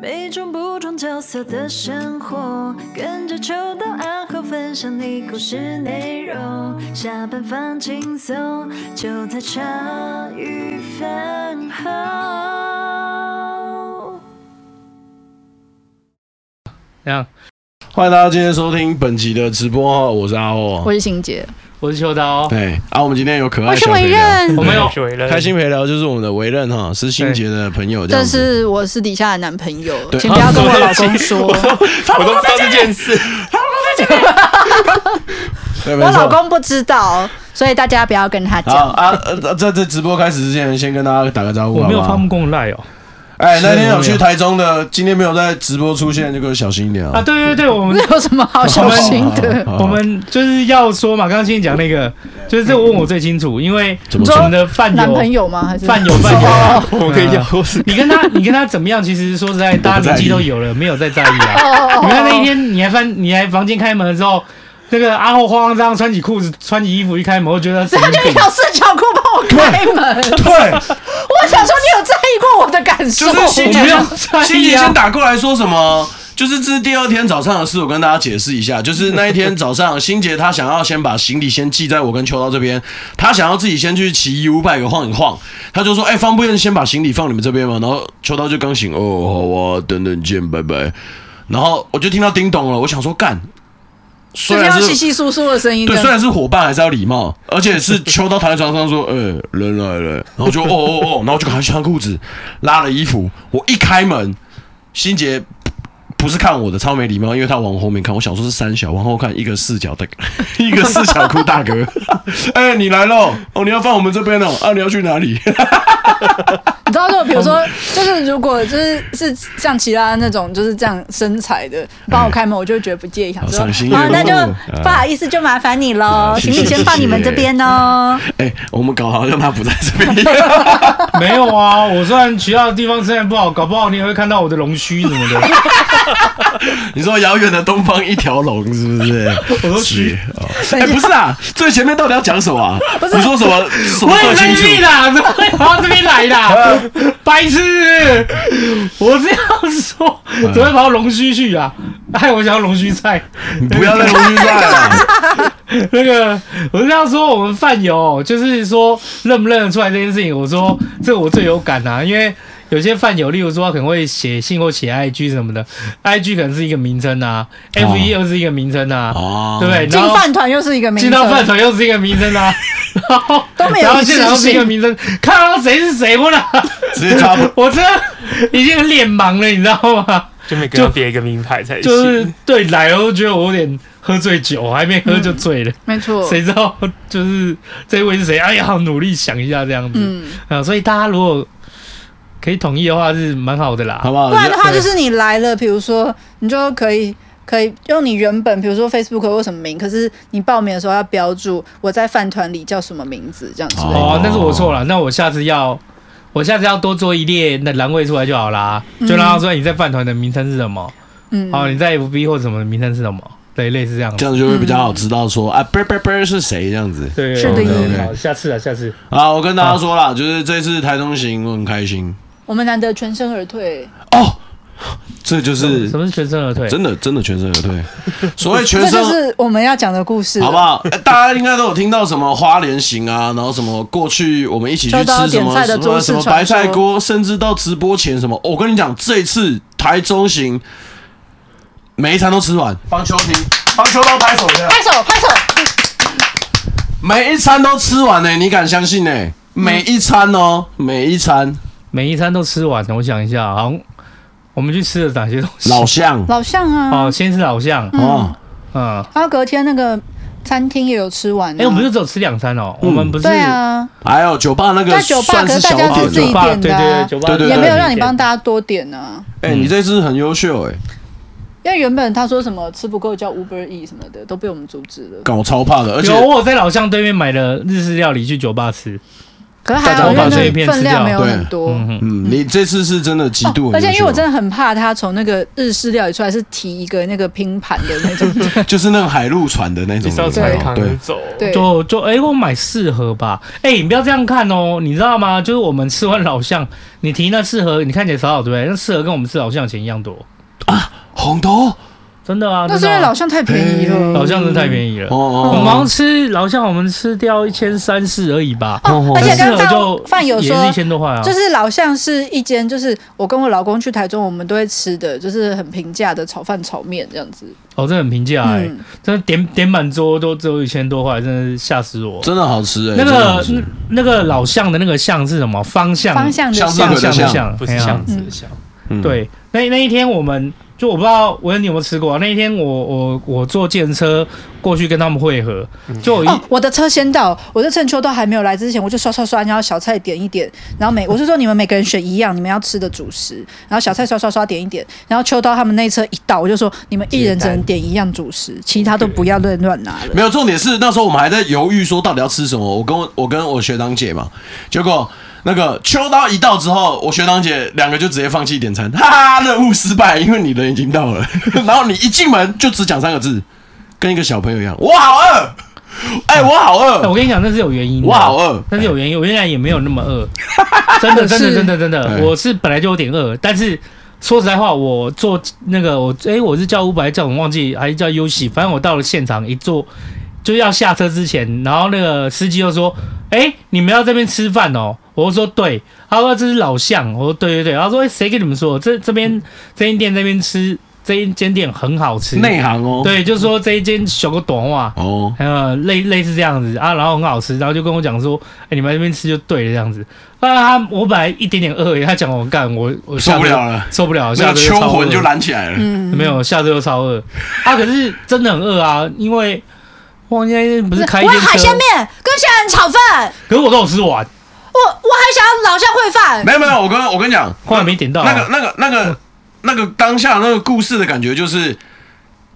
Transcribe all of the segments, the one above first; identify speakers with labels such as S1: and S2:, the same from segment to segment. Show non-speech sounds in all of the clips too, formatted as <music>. S1: 每种不同角色的生活，跟着秋到暗号分享你故事内容。下班放轻松，就在茶余饭后。
S2: 这样，
S3: 欢迎大家今天收听本集的直播哦，我是阿欧
S4: 我。是欣姐，
S2: 我是秋刀，哦
S3: 哎，啊，我们今天有可爱
S4: 我是
S3: 小
S4: 维
S3: 陪聊，
S4: 任
S2: 我，们有
S5: 水了，
S3: 开心陪聊就是我们的维任哈，是新杰的朋友，这样
S4: 但
S3: 子。
S4: 是我私底下的男朋友，
S3: 对
S4: 请不要跟我老公说，
S3: <laughs>
S4: 我
S5: 我都不知道这件事。
S3: 对没错
S4: 老公不知道，所以大家不要跟他
S3: 好
S4: 讲。
S3: 啊，呃在这直播开始之前，先跟大家打个招呼，
S2: 我没有发
S3: 好不好
S2: 木工赖哦。
S3: 哎，那天有去台中的，今天没有在直播出现，这个小心一点
S2: 啊，
S3: 啊。
S2: 对对对，我们
S4: 这有什么好小心的？
S3: 好好好
S2: 我们就是要说嘛，刚刚先讲那个，就是这个问我最清楚，因为
S3: 怎么
S4: 说
S2: 我们的饭
S4: 男朋
S2: 友，
S4: 友吗？还是
S2: 饭友饭
S4: 哦 <laughs>
S2: 友，我可以讲故事。你跟他，你跟他怎么样？其实说实在，大家年纪都有了，没有再在意啊。
S4: 哦
S3: <laughs>
S2: 你看那一天，你还翻，你还房间开门的时候，那个阿后慌慌张张穿起裤子、穿起衣服一开门，我觉得神
S4: 这
S2: 经
S4: 就
S2: 病。
S4: 要四角裤帮我开门。
S3: 对，
S4: 我想说，你有在意过我的感受？
S3: 就是欣姐
S2: <laughs> 我没有
S3: <laughs>
S2: 在意啊
S3: 欣姐先打过来说什么？就是这是第二天早上的事，我跟大家解释一下。就是那一天早上，欣姐她想要先把行李先寄在我跟秋刀这边，她想要自己先去骑 U bike 晃一晃，她就说：“哎、方不便先把行李放你们这边嘛。”然后秋刀就刚醒，哦，好啊，等等见，拜拜。然后我就听到叮咚了，我想说干，虽
S4: 就是
S3: 然
S4: 要
S3: 是
S4: 稀稀疏疏的声音，
S3: 对，
S4: 这
S3: 虽
S4: 样
S3: 然是伙伴，还是要礼 <laughs> 貌，而且是秋刀躺在床上说：“呃、人来了。”然后就哦哦哦，然后就赶快穿裤子，拉了衣服。我一开门，欣杰不是看我的，超没礼貌，因为他往后面看，我想说是三小，往后看一个四角的， <laughs> 一个四角裤大哥。 <laughs> 哎、你来喽！哦，你要放我们这边哦。啊，你要去哪里？
S4: 你知道，就比如
S3: 嗯
S4: 说，就是如果就是是像其他那种就是这样身材的，帮我开门，我就会觉得不介意，想
S3: <laughs>
S4: 说
S3: 好赏心
S4: 啊
S3: 悦，目
S4: 那就
S3: 啊
S4: 不好意思，就麻烦你喽，
S2: 哎
S3: 谢
S4: 行
S3: 谢
S4: 李先放你们这边哦。
S3: 哎、我们搞好像他不在这边一样。
S2: <laughs> 没有啊，我虽然其他的地方身材不好，搞不好你也会看到我的龙须什么的。
S3: 你说遥远的东方一条龙是不是？
S2: <laughs> 我都
S3: 是
S2: 虚，
S3: 哦哎、不是啊，最前面到底要讲什么啊？你说什么？什么
S2: <laughs> 我也
S3: 最
S2: 在
S3: 清
S2: 这里 <laughs>
S3: 楚？
S2: 啦，怎么会跑到这边 <laughs> 来啦？白痴！我这样说，怎么会跑到龙须去 <laughs> 啊？害我想要龙须菜。
S3: 你不要再龙须赛
S2: <laughs>
S3: 了。
S2: 那个，我是这样说，我们饭友就是说认不认得出来这件事情，我说这我最有感啊，因为有些饭友，例如说他可能会写信或写 IG 什么的，IG 可能是一个名称啊，F 一又是一个名称啊，
S3: 哦
S2: 对不对？
S4: 进
S2: 然后
S4: 饭团又是一个名
S2: 进
S4: 字，
S2: 到饭团又是一个名称
S4: <laughs>
S2: 啊，然后
S4: 都没有
S2: 然后
S4: 一致
S2: 现场又是一个
S4: 性
S2: 名称，看到谁是谁我了，
S3: 直接插播。
S2: <laughs> 我真的已经脸盲了，你知道吗？
S5: 就每个人别一个名牌才行。
S2: 就是对来，我都觉得我有点喝醉酒，还没喝就醉了。
S4: 没错，
S2: 谁知道就是这位是谁？哎呀，好努力想一下这样子、
S4: 嗯，
S2: 啊，所以大家如果可以统一的话，是蛮好的啦
S3: 好。不好？
S4: 不然的话就是你来了，比如说你就可以。可以用你原本，比如说 Facebook 或什么名，可是你报名的时候要标注我在饭团里叫什么名字，这样子。
S2: 哦，那是我错了，那我下次要，我下次要多做一列那栏位出来就好啦，就让他说哎你在饭团的名称是什么，
S4: 嗯，
S2: 哦，你在 FB 或什么的名称是什么，对，类似这样
S3: 这
S2: 子。
S3: 样就会比较好知道说啊，啵啵啵是谁这样子。
S2: 嗯对，
S4: 是的
S2: 对对
S3: 耶
S2: 好，下次啊，下次。
S3: 啊，我跟大家说啦，就是这次台中行我很开心
S4: 我们难得全身而退，
S3: 哦，这就是
S2: 什么是全身而退？
S3: 真的真的全身而退。所
S2: <laughs>
S3: 谓全
S4: 这
S3: 身
S4: 就。是我们要讲的故 <laughs> 事了。
S3: 好不好？哎 <laughs> 大家应该都有听到什么花莲行啊，然后什么过去我们一起去
S4: 秋刀
S3: 吃什么
S4: 点菜
S3: 什
S4: 的
S3: 么
S4: 都市
S3: 什么
S4: 传
S3: 白菜
S4: 说
S3: 锅，甚至到直播前什么。哦我跟你讲，这一次台中行每一餐都吃完，帮秋婷、帮秋刀拍手这样
S4: 拍手拍手，
S3: 每一餐都吃完呢、你敢相信呢、每一餐哦，每一餐
S2: 每一餐都吃完了，我想一下，好像我们去吃了哪些东西？
S3: 老巷
S4: 老向啊！
S2: 哦，先是老巷，
S3: 哦，
S2: 嗯，
S4: 然后隔天那个餐厅也有吃完、啊。
S2: 哎，我们就只有吃两餐哦，
S3: 嗯
S2: 我们不是
S4: 对啊，
S3: 还有酒吧那个
S4: 在酒吧
S3: 算
S4: 可
S3: 是
S4: 是
S3: 小
S4: 大家
S3: 点
S4: 自己
S3: 的。
S2: 吧
S4: 点的啊
S2: 对对对，酒
S3: 对
S2: 吧
S3: 对对
S4: 也没有让你帮大家多点啊，
S3: 哎，你这次很优秀哎，
S4: 因为原本他说什么吃不够叫 Uber E 什么的，都被我们阻止了。
S3: 干我超怕的，而且
S2: 有我在老巷对面买了日式料理去酒吧吃，
S4: 可是还
S2: 大家
S4: 好，因为
S2: 把这一
S4: 那
S2: 片
S4: 个
S2: 吃
S4: 分
S2: 掉
S4: 量没有
S3: 对
S4: 很多。
S2: 嗯哼，
S3: 嗯，你这次是真的极度很优
S4: 哦
S3: 秀、
S4: 而且因为我真的很怕他从那个日式料理出来是提一个那个拼盘的那
S3: <laughs>
S4: 种，
S3: 就是那个海陆船的那种
S5: 你是要
S3: 有没
S5: 踩
S3: 有
S5: 扛着
S3: 对，
S5: 走，
S4: 对，
S2: 就就哎、我买四盒吧。哎、你不要这样看哦，你知道吗？就是我们吃完老象，你提那四盒，你看起来少少对不对？那四盒跟我们吃老象钱一样多，
S3: 红豆哦
S2: 真的啊。
S4: 那是
S2: 真
S4: 因
S2: 的
S4: 为
S2: 啊
S4: 老象太便宜了，
S2: 老象真的太便宜了。
S3: 哦
S2: 我们
S3: 哦
S2: 好像吃老象，我们吃掉一千三四而已吧。
S4: 哦，而且
S2: 四
S4: 刚
S2: 盒
S4: 刚
S2: 就
S4: 饭友
S2: 也
S4: 说
S2: 是一千多块啊。
S4: 就是老巷是一间，就是我跟我老公去台中，我们都会吃的，就是很平价的炒饭、炒面这样子。
S2: 哦，真的很平价哎、
S4: 嗯，
S2: 真的点点满桌都只有一千多块，真的是吓死我
S3: 哦，。真的好吃哎、
S2: 那
S3: 真的好
S2: 个嗯
S3: 吃
S2: 那个老象的那个象是什么？方向
S4: 方向的
S3: 像
S4: 巷
S2: 方
S3: 那个
S2: 向
S3: 象
S2: 的象，
S5: 不是
S2: 哎呀
S5: 巷子的巷，
S3: 嗯
S2: 对，那那一天我们就我不知道文恩你有没有吃过、啊，那一天我我我坐电车过去跟他们会合，就有一、
S4: 哦，我的车先到，我就趁秋都还没有来之前，我就刷刷刷，然后小菜点一点，然后每我是说你们每个人选一样你们要吃的主食，然后小菜刷刷刷点一点，然后秋刀他们那一车一到，我就说你们一人只能点一样主食，其他都不要乱乱拿了。
S3: 没有，重点是那时候我们还在犹豫说到底要吃什么。我跟我我跟我学长姐嘛，结果那个秋刀一到之后，我学长姐两个就直接放弃点餐，哈哈，任务失败，因为你人已经到了。
S2: <laughs>
S3: 然后你一进门就只讲三个字，跟一个小朋友一样，我好饿，哎、我好
S2: 哎 <laughs> 我
S3: 饿，
S2: 跟你讲，那是有原因的。
S3: 我好饿。
S2: 但是有原因，我原来也没有那么饿，
S3: <laughs>
S2: 真的，真的，真的，真的
S3: 对，
S2: 我是本来就有点饿，但是说实在话，我坐那个我诶，我是叫五百，叫我忘记，还是叫优喜，反正我到了现场一坐，就要下车之前，然后那个司机又说：“诶，你们要这边吃饭哦。”我就说：“对。”他说：“这是老巷。”我说：“对对对。”他说：“诶哎谁跟你们说这这边这间店这边吃这一间店很好吃？
S3: 内行哦，，
S2: 对，就是说这一间小个短袜。”
S3: 哦，
S2: 呃，类类似这样子啊，然后很好吃，然后就跟我讲说，哎、你们那边吃就对了这样子。啊，他我本来一点点饿而已，他讲我干，我我
S3: 受
S2: 下
S3: 不
S2: 周
S3: 了了，
S2: 受不了，
S3: 那
S2: 下
S3: 个
S2: 周
S3: 秋
S2: 超
S3: 魂
S2: 饿
S3: 就燃起来了。嗯
S4: 嗯，
S2: 没有，下周又超饿啊！可是真的很饿啊，因为我现在不是开一
S4: 我
S2: 间
S4: 要海
S2: 车
S4: 鲜，面跟虾仁炒饭，
S2: 可是我都有吃完，
S4: 我我还想要老巷烩饭。
S3: 没有没有，我跟我跟你讲，
S2: 后来没点到、
S3: 那个、那个、那个、那个当下那个故事的感觉就是，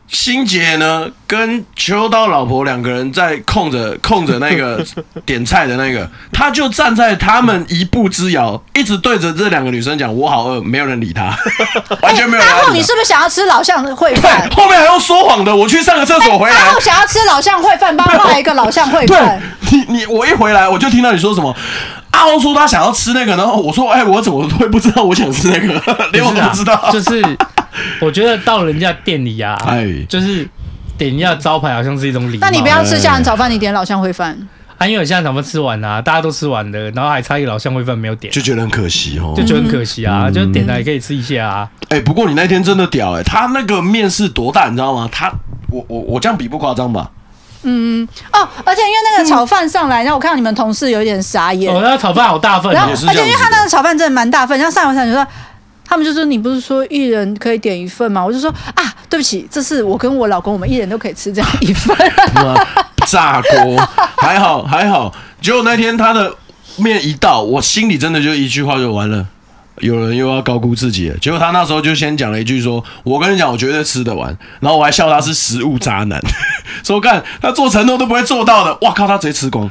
S3: 心杰呢跟秋刀老婆两个人在控着控着
S2: <laughs>
S3: 那个点菜的那个，他就站在他们一步之遥，一直对着这两个女生讲“我好饿”，没有人理
S2: <laughs>
S3: 他，完全没有人要
S4: 阿哎后，
S3: 理
S4: 你
S3: 他。
S4: 是不是想要吃老巷烩饭哎
S3: 对，？后面还用说谎的，我去上个厕所回来。
S4: 阿后想要吃老巷烩饭，帮我画一个老巷烩
S3: 对
S4: 饭。
S3: 你你我一回来我就听到你说什么，阿欧说他想要吃那个，然后我说哎、我怎么会不知道我想吃那个，连我
S2: 不是
S3: 都
S2: 啊
S3: 不知道。
S2: 就是我觉得到人家店里啊，
S3: 哎
S2: 就是点人家招牌好像是一种礼貌。
S4: 那你不要吃虾仁炒饭，你点老巷烩饭。
S2: 啊，因为我现在怎么吃完啊，大家都吃完了，然后还差一个老香味饭没有点，
S3: 就觉得很可惜哦。
S2: 就觉得很可惜啊，就点了也可以吃一下啊。
S3: 哎、不过你那天真的屌哎、他那个面是多大，你知道吗？他我我我这样比不夸张吧？
S4: 哦，而且因为那个炒饭上来，然后我看到你们同事有点傻眼
S2: 哦，，那炒饭好大份
S4: 然后
S2: 哦
S3: 也，是这
S4: 而且
S3: 样
S4: 因
S3: 子
S4: 为
S3: 的
S4: 他那个炒饭真的蛮大份，然后上完上就说。他们就说你不是说一人可以点一份吗？我就说啊，对不起，这是我跟我老公，我们一人都可以吃这样一份。
S3: 炸锅，还好还好。结果那天他的面一到，我心里真的就一句话就完了。有人又要高估自己了，结果他那时候就先讲了一句说：“我跟你讲，我绝对吃得完。”然后我还笑他是食物渣男， <laughs> 说干他做承诺都不会做到的，哇靠，他直接吃光，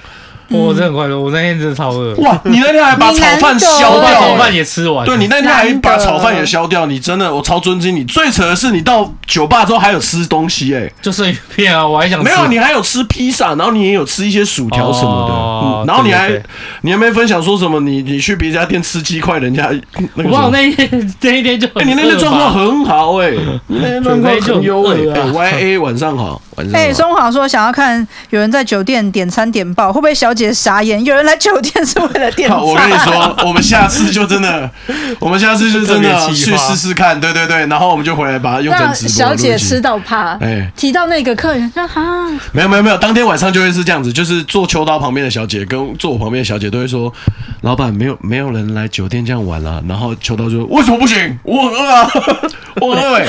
S3: 嗯
S2: 我真的很快乐，我那天真的超饿，
S3: 哇！你那天还把
S4: 你
S3: 炒
S4: 难哦
S3: 饭
S4: 得
S3: 消
S2: 我
S3: 掉、
S2: 把
S3: 欸，
S2: 炒饭也吃完。
S3: 对你那天还把
S4: 难
S2: 啊
S4: 得
S3: 炒饭也消掉，你真的我超尊敬你。最扯的是你到酒吧之后还有吃东西、欸，
S2: 就剩一片啊，我还想
S3: 没有，
S2: 吃
S3: 你还有吃披萨，然后你也有吃一些薯条什么的，
S2: 哦
S3: 嗯，然后你还
S2: 对对对
S3: 你还没分享说什么你你去别家店吃鸡块，人家
S2: 我不知
S3: 那个什
S2: 道
S3: 么。
S2: 那一天 <laughs> 那一天就
S3: 哎、
S2: 很
S3: 你那天
S2: 饿
S3: 状况
S2: 吧
S3: 很好
S2: <laughs>
S3: 哎、你那天状况很优哎、
S2: 准备就很饿啊
S3: 哎 Y A 晚上好，晚上好。
S4: 哎、松华说想要看有人在酒店点餐点爆，会不会小姐傻眼？有人来酒店是为了点
S3: <laughs>
S4: 餐？
S3: 好我跟你
S4: <laughs>
S3: 说，我们下次就
S2: <laughs>
S3: 真的，我们下次就真的
S5: 特别企
S3: 去
S5: 划
S3: 试试看，对对对，然后我们就回来把它用成
S4: 让
S3: 直播。
S4: 小姐吃，到怕，
S3: 哎、
S4: 提到那个客人说啊，
S3: 没有没有没有，当天晚上就会是这样子，就是坐秋刀旁边的小姐跟坐我旁边的小姐都会说，老板没有没有人来酒店这样玩啦、然后秋刀就说为什么不行？我很饿啊，我很饿、欸。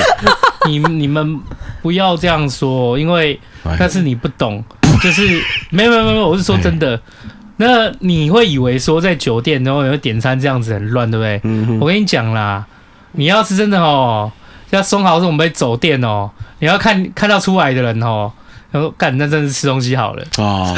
S2: 你你们不要这样说，因为
S3: 哎
S2: 但是你不懂，就是没有没有没有，我是说真的。那你会以为说在酒店然后有点餐这样子很乱，对不对？
S3: 嗯哼
S2: 我跟你讲啦，你要是真的哦，要松好这种被走店哦，你要看看到出来的人哦，然后干那真是吃东西好了。
S3: 啊，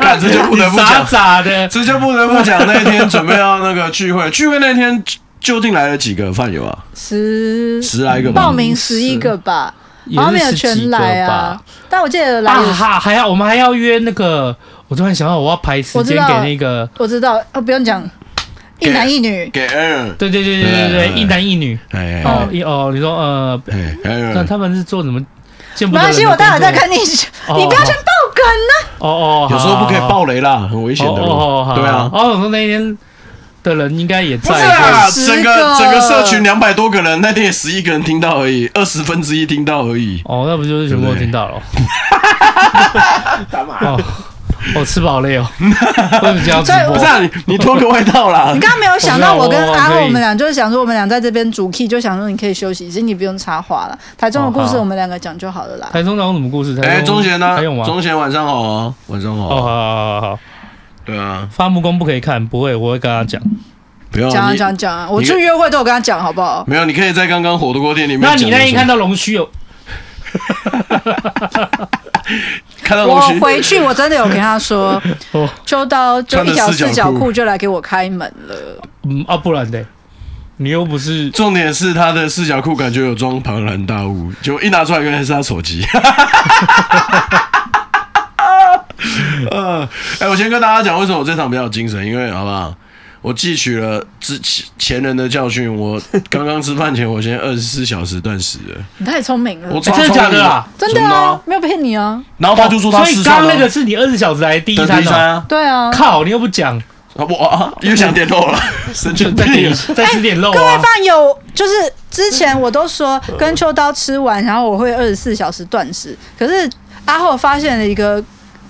S3: 干这就不得不
S2: 你傻
S3: 讲，
S2: 傻的，
S3: 这就不得不讲。那一天准备要那个聚会，聚会那天究竟来了几个饭友啊？
S4: 十
S3: 十来个吧。
S4: 报名十一个吧，好像没有全来啊。但我记得来
S2: 啊
S4: 有，
S2: 哈，还要我们还要约那个，我突然想到我要排时
S4: 我知
S2: 间
S4: 道
S2: 给那个，
S4: 我知道，哦，不用讲，一男一女，
S3: 给 Aaron，
S2: 对对对对对
S3: 对
S2: 对
S3: 对
S2: 对，一男一女。
S3: 哎
S2: 哦
S3: 哎
S2: 一哦，你说呃，
S3: 哎
S2: 那
S3: ，Aaron，
S2: 他们是做什么？见不
S4: 没
S2: 得
S4: 关
S2: 人
S4: 系，
S2: 的
S4: 我待会
S2: 工
S4: 儿
S2: 作
S4: 再看你，
S3: 哦
S4: 你不要先爆梗啊呢。
S2: 哦哦，
S3: 有时候不可以
S2: 好
S3: 爆雷啦，很危险
S2: 好
S3: 的
S2: 好哦哦，
S3: 咯。
S2: 好
S3: 对啊。
S2: 哦，我说那天的人应该也在
S3: 不是啊，
S4: 十
S3: 整个
S4: 个
S3: 整个社群两百多个人，那天也十一个人听到而已，二十分之一听到而已。
S2: 哦，那不就是全部都听到了？ <laughs> 哦，我吃饱
S3: <laughs>
S2: 累哦，为什么这样直
S4: 所以
S2: 播
S3: 不是？啊，你你脱个外套啦
S4: <laughs> 你。刚刚没有想到，
S2: 我
S4: 我
S2: 知道
S4: 跟
S2: 我
S4: 阿
S2: 我可
S4: 慧
S2: 以
S4: 我们俩就是想说，我们俩在这边主 key 就想说你可以休息，已经你不用插话了。台中的故
S2: 哦
S4: 事
S2: 好
S4: 我们两个讲就好了啦。
S2: 台中讲什么故事？
S3: 哎，
S2: 台
S3: 钟贤呢
S2: 还有吗？？
S3: 钟贤晚上好啊，晚上
S2: 哦，好
S3: 好。
S2: 好好好好，
S3: 对啊，
S2: 伐木工不可以看，不会，我会跟他讲。
S3: 不用
S4: 讲啊
S3: 哦你
S4: 讲啊讲啊！我
S3: 你
S4: 去约会都有跟他讲，好不好？
S3: 没有，你可以在刚刚火锅店里面
S2: 那
S3: 讲的时
S2: 你
S3: 候。
S2: 那天看到龙须有
S3: 看到
S4: 我
S3: 东西，
S4: 回去我真的有跟
S3: <laughs>
S4: 他说，
S2: 哦，
S4: 秋刀就
S3: 穿着
S4: 一条
S3: 四角
S4: 四角
S3: 裤
S4: 裤就来给我开门了。
S2: 嗯啊，不然的，你又不是
S3: 重点是他的四角裤感觉有装庞然大物，就一拿出来原来是他手
S2: <laughs>
S3: 机。呃，哎、我先跟大家讲，为什么我这场比较有精神，因为好不好？我汲取了之前前人的教训，我刚刚吃饭前，我先二十四小时断食了。
S4: 你太聪明了
S3: 我，
S2: 哎真的假的啊
S4: 真的啊，没有骗你啊，
S3: 然后他就说他
S2: 哦所
S3: 吃
S2: 以
S3: 上
S2: 刚
S3: 了
S2: 刚那个是你二十小时来的第一
S3: 等
S2: 餐
S3: 第
S2: 哦。
S3: 啊，
S4: 对啊。
S2: 靠，你又不讲，
S3: 啊我啊又想点肉
S2: <laughs>
S3: 了，神
S2: 就
S3: 经
S2: 再给
S3: 病
S2: 你！
S3: <laughs>
S2: 再吃点肉
S4: 哎各位
S2: 啊！
S4: 饭友，就是之前我都说跟秋刀吃完，然后我会二十四小时断食，可是阿后发现了一个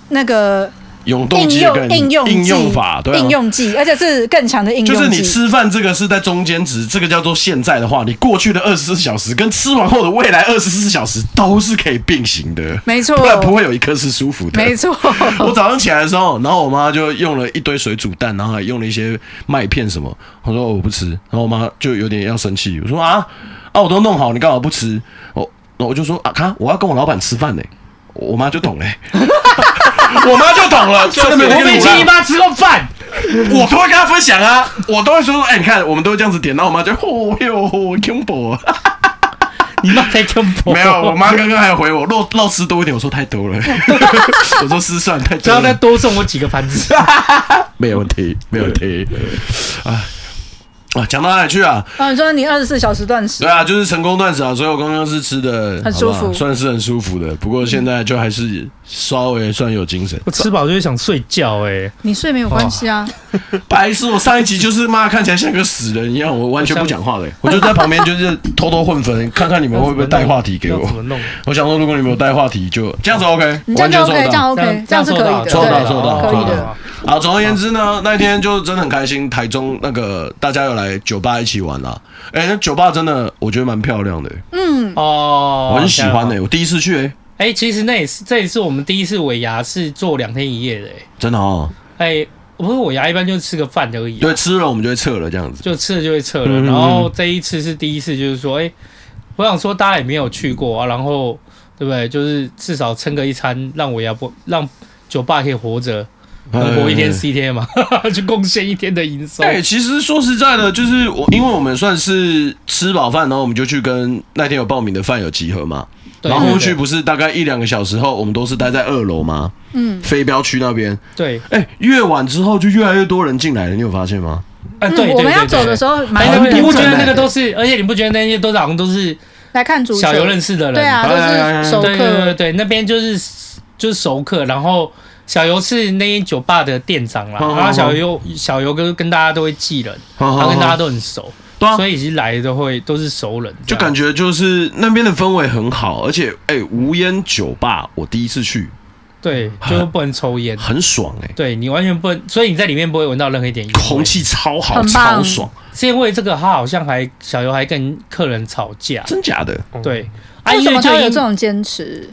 S4: 那个
S3: 永动
S4: 应
S3: 机的概
S4: 用
S3: 念
S4: 应用
S3: 应
S4: 剂
S3: 用法，对、啊，
S4: 应用剂，而且是更强嗯的应用剂。
S3: 就是你吃饭这个是在中间值，这个叫做现在的话，你过去的二十四小时跟吃完后的未来二十四小时都是可以并行的，
S4: 没错
S3: 不然不会有一刻是舒服的。
S4: 没错，
S3: <laughs> 我早上起来的时候，然后我妈就用了一堆水煮蛋，然后还用了一些麦片什么。我说哦我不吃，然后我妈就有点要生气。我说啊啊，我都弄好，你干嘛不吃？我然后我就说啊，看我要跟我老板吃饭呢、我妈就懂
S4: <laughs>
S3: 嘞、 <laughs> 我妈就懂了，真的没有
S2: 我
S3: 跟你
S2: 没
S3: 胡乱
S2: 请你妈吃过饭，
S3: 我都会跟他分享啊，我都会说，哎、你看，我们都会这样子点，然后我妈就，哦哟，combo，
S2: <laughs> 你妈才跟我
S3: 啊没有，我妈刚刚还回我，肉肉吃多一点，我说太多了，我说失算太
S2: 只
S3: 多
S2: 要再
S3: 了，
S2: 多送我几个盘
S3: <laughs>
S2: 子。
S3: 没有问题，没有问题，哎啊啊，讲到哪里去啊？
S4: 啊，你说你二十四小时断食
S3: 对，啊，就是成功断食啊，所以我刚刚是吃的
S4: 很舒服
S3: 好不好算是很舒服的，不过现在就还是稍微算有精神。
S2: 我吃饱就会想睡觉，哎，
S4: 你睡没有关系啊，
S3: 白痴！我上一集就是妈看起来像个死人一样，我完全不讲话的、我就在旁边就是偷偷混分，看看你们会不会带话题给
S2: 要
S3: 我
S2: 怎。么弄？
S3: 我想说，如果你们有带话题，就这样子 OK，
S4: 你这
S3: 完
S4: 样
S3: 全
S4: 就
S3: 收
S4: OK，这样
S3: 到。
S4: <laughs> OK，这样是可以的，
S3: 收
S2: 啊
S3: 到
S4: 对
S3: 收到
S2: 哦
S4: 可以
S3: 收
S4: 的
S3: 到。好，总而言之呢，那天就真的很开心。台中那个大家有来酒吧一起玩啦，哎、那酒吧真的我觉得蛮漂亮的、
S4: 嗯，
S2: 哦，
S3: 我很喜欢的、欸我第一次去、哎，
S2: 哎，其实那也是，这也是我们第一次尾牙是做两天一夜的，欸
S3: 真的哦。
S2: 哎，哎，不是尾牙一般就吃个饭而已啊，
S3: 对，吃了我们就会撤了这样子。
S2: 就吃了就会撤了。
S3: 嗯
S2: 然后这一次是第一次，就是说，哎、我想说大家也没有去过啊，然后对不对？就是至少撑个一餐，让我要不让酒吧可以活着，能活一天是一天嘛， <laughs> 就贡献一天的营收。
S3: 哎、其实说实在的，就是我，因为我们算是吃饱饭，然后我们就去跟那天有报名的饭友集合嘛。
S2: 对
S3: 然后
S2: 对
S3: 过
S2: 对
S3: 去不是大概一两个小时后，我们都是待在二楼吗？
S4: 嗯，
S3: 飞镖区那边。
S2: 对，
S3: 哎、越晚之后就越来越多人进来了，你有发现吗？
S2: 哎、
S4: 嗯
S2: 对，对
S4: 我们要走的
S2: 对
S4: 时候
S2: 哎
S4: 买
S2: 那
S4: 那
S2: 你不觉得
S4: 个
S2: 那个都是？而且你不觉得那些都是好像都是
S4: 来看足球，
S2: 小游认识的人？
S4: 对啊，都是熟
S2: 对对对
S4: 客，
S2: 对，那边就是就是熟客，然后小游是那间酒吧的店长啦，
S3: 嗯嗯
S2: 然后小
S3: 嗯
S2: 游小游跟跟大家都会记人，
S3: 他
S2: 他跟大家都很熟，
S3: 对啊
S2: 所以其实来的都会都是熟人，
S3: 就感
S2: 觉
S3: 觉就是那边的氛围很好，而且哎、无烟酒吧我第一次去，
S2: 对，就是不能抽烟，
S3: 很爽哎、
S2: 对你完全不能，所以你在里面不会闻到任何一点烟味
S3: 空。气超好，
S4: 很棒
S3: 超爽，
S2: 是因为这个，他好像还小游还跟客人吵架，
S3: 真假的？
S2: 对，啊，
S4: 为
S2: 因
S4: 什么
S2: 为
S4: 他
S2: 就
S4: 会有
S2: 因
S4: 这种坚持？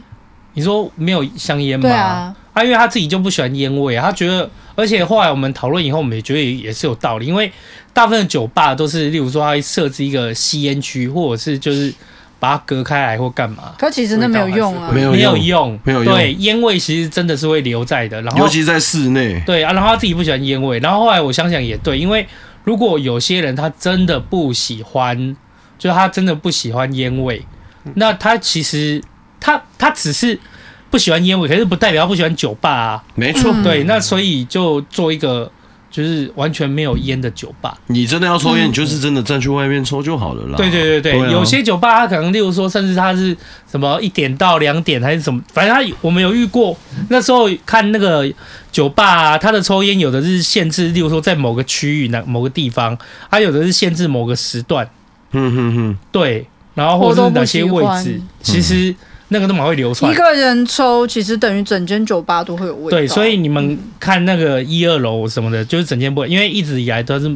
S2: 你说没有香烟嘛，
S4: 对啊，
S2: 啊，因为他自己就不喜欢烟味啊，他觉得，而且后来我们讨论以后，我们也觉得也是有道理，因为大部分的酒吧都是，例如说他会设置一个吸烟区，或者是就是把它隔开来或干嘛，
S4: 可其实那没有用啊，
S3: 没有
S2: 没有用，
S3: 没有用
S2: 对，烟味其实真的是会留在的，然
S4: 哦
S2: 后
S3: 尤其在室内，
S2: 对啊，然后他自己不喜欢烟味，然后后来我想想也对，因为如果有些人他真的不喜欢，就是他真的不喜欢烟味，那他其实他他只是不喜欢烟味，可是不代表他不喜欢酒吧啊。
S3: 没错。
S4: 嗯
S2: 对，那所以就做一个就是完全没有烟的酒吧。
S3: 你真的要抽
S4: 嗯
S3: 烟，你就是真的站去外面抽就好了啦。
S2: 对对对对，
S3: 啊
S2: 有些酒吧它可能，例如说，甚至它是什么一点到两点还是什么，反正它我们有遇过。那时候看那个酒吧、啊，它的抽烟有的是限制，例如说在某个区域、哪某个地方，它有的是限制某个时段，
S3: 嗯哼哼，
S2: 对，然后或者是哪些位
S4: 我都不喜
S2: 置
S4: 欢，
S2: 其实那个都蛮会流传
S4: 一。个人抽，其实等于整间酒吧都会有味道。
S2: 对，所以你们看那个一二楼什么的，就是整间不会，因为一直以来都是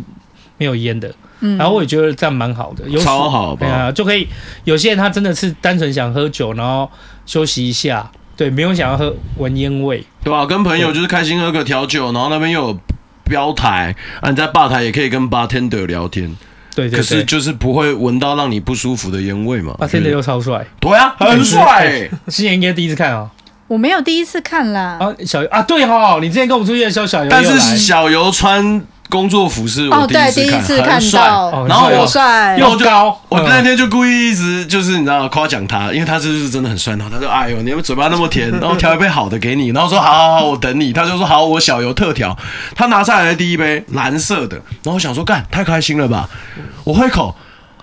S2: 没有烟的。
S4: 嗯
S2: 然后我也觉得这样蛮好的，有
S3: 超好好不
S2: 对
S3: 好
S2: 啊，就可以有些人他真的是单纯想喝酒，然后休息一下，对，没有想要喝闻烟味，
S3: 对吧、跟朋友就是开心喝个调酒，然后那边又有标台，啊，你在吧台也可以跟 bartender 聊天，
S2: 对对
S3: 可是
S2: 对。
S3: 就是不会闻到让你不舒服的烟味嘛。
S2: 啊，真的
S3: 我觉
S2: 又
S3: 得
S2: 超帅，<laughs>
S3: 对啊，很帅、
S2: 新年应该第一次看哦。
S4: 我没有第一次看啦。
S2: 啊，小啊，对哈、你之前跟我们出去的时候，小游
S3: 但
S2: 也有
S3: 是
S2: 来
S3: 小游穿工作服是我
S4: 哦，对，
S3: 第
S4: 第一
S3: 一
S4: 次
S3: 次
S4: 看
S3: 很帅。
S4: 到，
S2: 哦
S3: 然后
S4: 好
S3: 我
S4: 帅，
S3: 然后
S2: 又
S3: 我就
S2: 高，
S3: 我
S2: 嗯
S3: 那天就故意一直就是你知道夸奖他，因为他就是真的很帅，然后他说：“哎呦，你们嘴巴那么甜，然后调一杯好的给你。”然后说：“好好好，我等你。”他就说：“好，我小油特调。”他拿上来的第一杯蓝色的，然后我想说：“干，太开心了吧！”我喝一口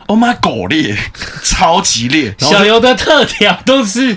S3: ，Oh my 狗烈， <laughs> 超级烈，然后
S2: 小游的特调都是，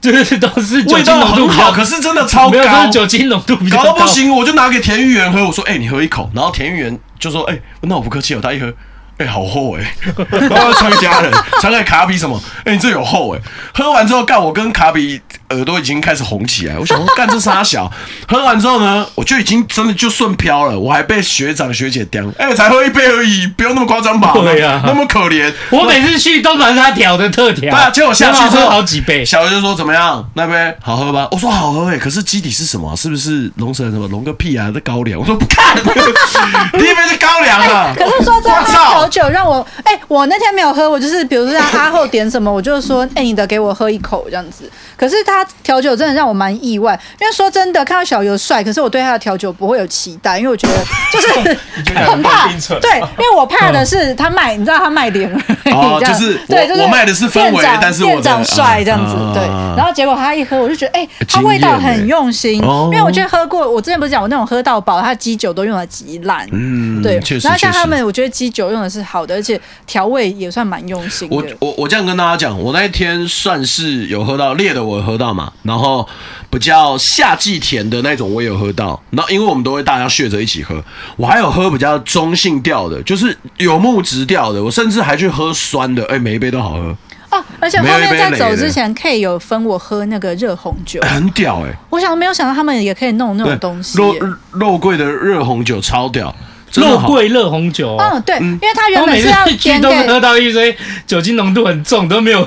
S2: 就是都是酒
S3: 味
S2: 精
S3: 道
S2: 浓度
S3: 很
S2: 比
S3: 好，
S2: 较
S3: 可是真的超
S2: 没有，都
S3: 高
S2: 是，酒精浓度比较
S3: 搞
S2: 高
S3: 到不行，我就拿给田芋圆喝，我说：“哎、你喝一口。”然后田芋圆就说：“哎、那我不客气哦。”他一喝。哎、好厚哎、 <laughs> 然后传给家人，传给卡比什么？哎、你这有厚哎、喝完之后，干我跟卡比耳朵已经开始红起来。我想说，干这傻小。喝完之后呢，我就已经真的就顺飘了，我还被学长学姐刁。哎、才喝一杯而已，不用那么夸张吧？
S2: 对啊
S3: 那么可怜。
S2: 我每次去都拿他调的特调，
S3: 对啊，结果下去之
S2: 然
S3: 后
S2: 后好几杯，
S3: 欸小鱼就说怎么样？那杯好喝吧？我说好喝哎、可是基底是什么啊？是不是龙舌兰什么龙个屁啊？这高粱？我说不看，第一杯是高粱啊！
S4: 哎可是说真
S3: 我
S4: 的，他调
S3: 操，
S4: 酒让我，哎、我那天没有喝，我就是比如说像阿后点什么，我就说，哎、你的给我喝一口这样子。可是他调酒真的让我蛮意外，因为说真的，看到小游帅，可是我对他的调酒不会有期待，因为我觉得就是
S3: <laughs>
S4: 很怕，对，因为我怕的是他卖，你知道他卖脸而已，
S3: 哦
S4: 这样
S3: 就是
S4: 对，
S3: 我
S4: 就是
S3: 我卖的是氛围
S4: 店长
S3: 但是我的
S4: 店长帅这样子，
S3: 啊
S4: 对。然后结果他一喝，我就觉得，哎、他
S3: 惊艳
S4: 味道
S3: 欸
S4: 很用心，
S3: 哦
S4: 因为我觉得喝过，我之前不是讲我那种喝到饱，他基酒都用的极烂，
S3: 嗯
S4: 对，
S3: 确实
S4: 然后像
S3: 确实
S4: 他们，我觉得鸡酒用的是好的，而且调味也算蛮用心
S3: 我
S4: 的。
S3: 我我这样跟大家讲，我那一天算是有喝到烈的，我有喝到嘛，然后比较夏季甜的那种我也有喝到，然后因为我们都会大家血着一起喝，我还有喝比较中性调的，就是有木质调的，我甚至还去喝酸的，哎、每一杯都好喝，
S4: 哦，而且后
S3: 没有一
S4: 面
S3: 杯
S4: 在
S3: 雷
S4: 走
S3: 的
S4: 之前，K 有分我喝那个热红酒
S3: <laughs> 哎，很屌哎、
S4: 我想没有想到他们也可以弄那
S3: 对，
S4: 种东西
S3: 肉
S4: 耶。
S3: 肉桂的热红酒超屌，真的
S2: 肉
S3: 好。
S2: 桂热红酒。
S3: 哦
S4: 嗯，对，因为他原
S2: 我
S4: 本
S2: 每
S4: 是
S2: 次
S4: 要
S2: 去
S4: 点
S2: 都
S4: 给
S2: 喝到一堆酒精浓度很重，都没
S4: <laughs>
S2: 有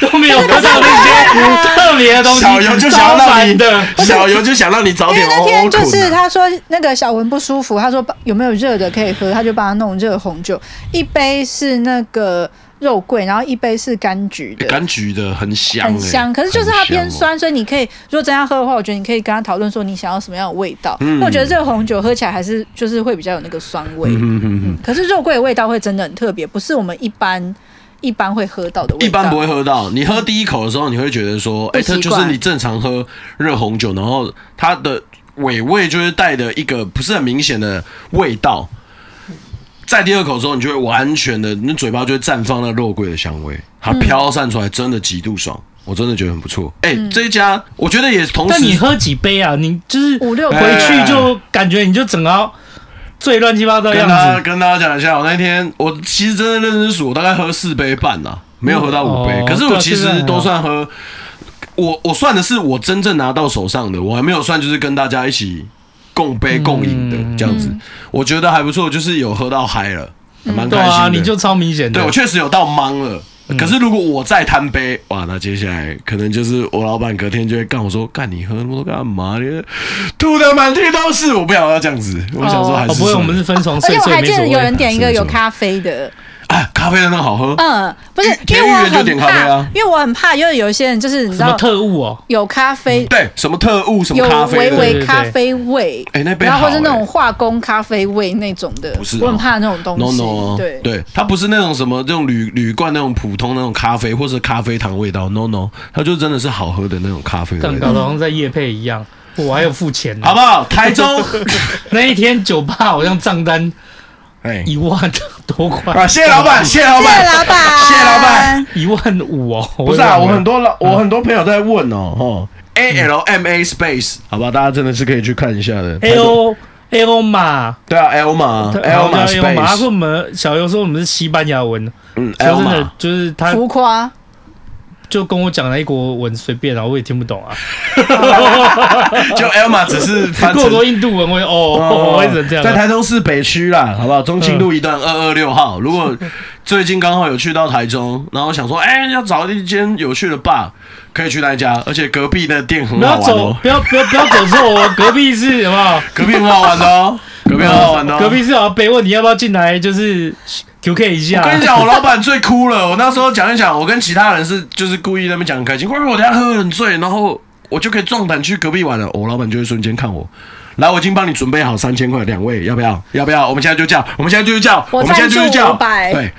S2: 都没有喝到那些特别的东西。
S3: 小游就想要
S2: 超
S3: 让
S2: 烦
S3: 你
S2: 的，
S3: 小游就想让你早
S4: 因为
S3: 点
S4: 那
S3: 哦。
S4: 天就
S3: 困
S4: 是
S3: 啊
S4: 他说那个小文不舒服，他说有没有热的可以喝，他就帮他弄热红酒，一杯是那个肉桂，然后一杯是柑橘的，
S3: 柑橘的很香、欸，
S4: 很香，可是就是它
S3: 很香哦
S4: 偏。酸，所以你可以如果真要喝的话，我觉得你可以跟他讨论说你想要什么样的味道。因为我觉得这个红酒喝起来还是就是会比较有那个酸味，
S3: 嗯嗯嗯，
S4: 可是肉桂的味道会真的很特别，不是我们一般一般会喝到的味道。
S3: 一般不会喝到。你喝第一口的时候，你会觉得说，哎、
S4: 不习
S3: 它就
S4: 惯
S3: 是你正常喝热红酒，然后它的尾味就是带的一个不是很明显的味道。在第二口之后，你就会完全的，你嘴巴就会绽放那肉桂的香味，它
S4: 嗯
S3: 飘散出来，真的极度爽，我真的觉得很不错。哎、
S4: 嗯
S3: 这一家我觉得也同
S2: 但
S3: 时
S2: 你喝几杯啊？你就是
S4: 五六杯
S2: 回去就感觉你就整个醉乱七八糟的
S3: 跟大家
S2: 样子。
S3: 跟大家讲一下，我那天我其实真的认真数，我大概喝四杯半啦，没有喝到五杯。
S2: 哦
S3: 可是我其
S2: 对啊是
S3: 实
S2: 啊
S3: 都算喝，我我算的是我真正拿到手上的，我还没有算就是跟大家一起共杯
S2: 嗯
S3: 共饮的这样子，我觉得还不错，就是有喝到嗨了，蛮
S2: 对
S3: 开心
S2: 啊
S3: 的。，
S2: 你就啊嗯超明显的。
S3: 对我确实有到懵了。可是如果我再贪杯，哇，那接下来可能就是我老板隔天就会干我说，干你喝那么多干嘛？你吐的满地都是，我不想要这样子。我想说还是
S2: 哦，不会，
S3: 算
S2: 我
S3: 了
S2: 们是分床
S4: 而
S2: 睡，
S4: 且我
S2: 所以
S4: 还
S2: 没
S4: 记
S2: 所
S4: 得
S2: 谓。
S4: 有人点一个
S3: 没所
S4: 有
S3: 谓
S4: 咖啡的，
S3: 哎，咖啡真的好喝，
S4: 嗯，不是，因
S3: 田
S4: 为
S3: 田
S4: 我
S3: 园就
S4: 很
S3: 点咖啡
S4: 怕，
S3: 啊
S4: 因为我很怕，因为有一些人就是你知
S2: 什么
S4: 道
S2: 特务哦，
S4: 有咖啡。
S3: 对，什么特务，嗯什么
S4: 有
S3: 咖啡
S4: 微
S3: 的，
S2: 对
S4: 微
S2: 对
S4: 咖啡味，
S3: 哎那杯
S4: 然后或
S3: 好
S4: 是那
S3: 哎
S4: 种化工咖啡味那种的，
S3: 不是
S4: 我很
S3: 哦
S4: 怕那种东
S3: no
S4: 西。
S3: no，
S4: 对，
S3: 对，它不是那种什么这种铝铝罐那种普通那种咖啡或是咖啡糖味道，no no，它就真的是好喝的那种咖啡的
S2: 干
S3: 味
S2: 搞
S3: 道，
S2: 得好像在夜配一样，我还有付钱呢
S3: 好。不好？台 <laughs> 中，
S2: 那一天酒吧好像账单
S3: 哎，
S2: 一万多块
S3: 啊，，谢谢老板，谢谢老
S4: 谢谢
S3: 板，
S4: 老板，
S3: 谢谢老板。
S2: <laughs> 一万五哦，
S3: 不是啊，我很
S2: 多
S3: 多老我很多朋友在问哦，哦，A L M A Space，好吧，大家真的是可以去看一下的。
S2: A O A O 嘛
S3: 对啊，L 嘛，L 嘛
S2: 他说
S3: ，Space，
S2: 我们小游说我们是西班牙文，
S3: 嗯
S2: 说
S3: ，L
S2: 真的
S3: 嘛，
S2: 就是他
S4: 浮夸，
S2: 就跟我讲了一国文随便啊，我也听不懂啊，
S3: 就 L 嘛，只是翻
S2: 跟我
S3: 成
S2: 说印度文，我也哦，我也只能这样
S3: 在
S2: 啊。
S3: 台中市北区啦，好不好？中清路一段二二
S2: <laughs>
S3: 六号。如果最近刚好有去到台中，然后想说，哎、要找一间有趣的 bar，可以去那一家，而且隔壁的店很
S2: 不
S3: 好
S2: 要
S3: 玩
S2: 走
S3: 哦，，
S2: 不要不要不要走错哦，隔壁是好不好？
S3: 隔壁很好玩的哦，隔壁很好玩的、
S2: <laughs>
S3: 哦。
S2: 隔壁是好像被问你要不要进来，就是 QK 一下。
S3: 我跟你讲，我老板最哭了。我那时候讲一讲，我跟其他人是就是故意在那边讲很开心，会不会我等一下喝很醉，然后我就可以壮胆去隔壁玩了。我、老板就会瞬间看我。来，我已经帮你准备好三千块，两位要不要？要不要？我们现在就叫，我们现在就叫，
S4: 我
S3: 我们现在就
S4: 赞助
S3: 叫。
S4: 500
S3: 对，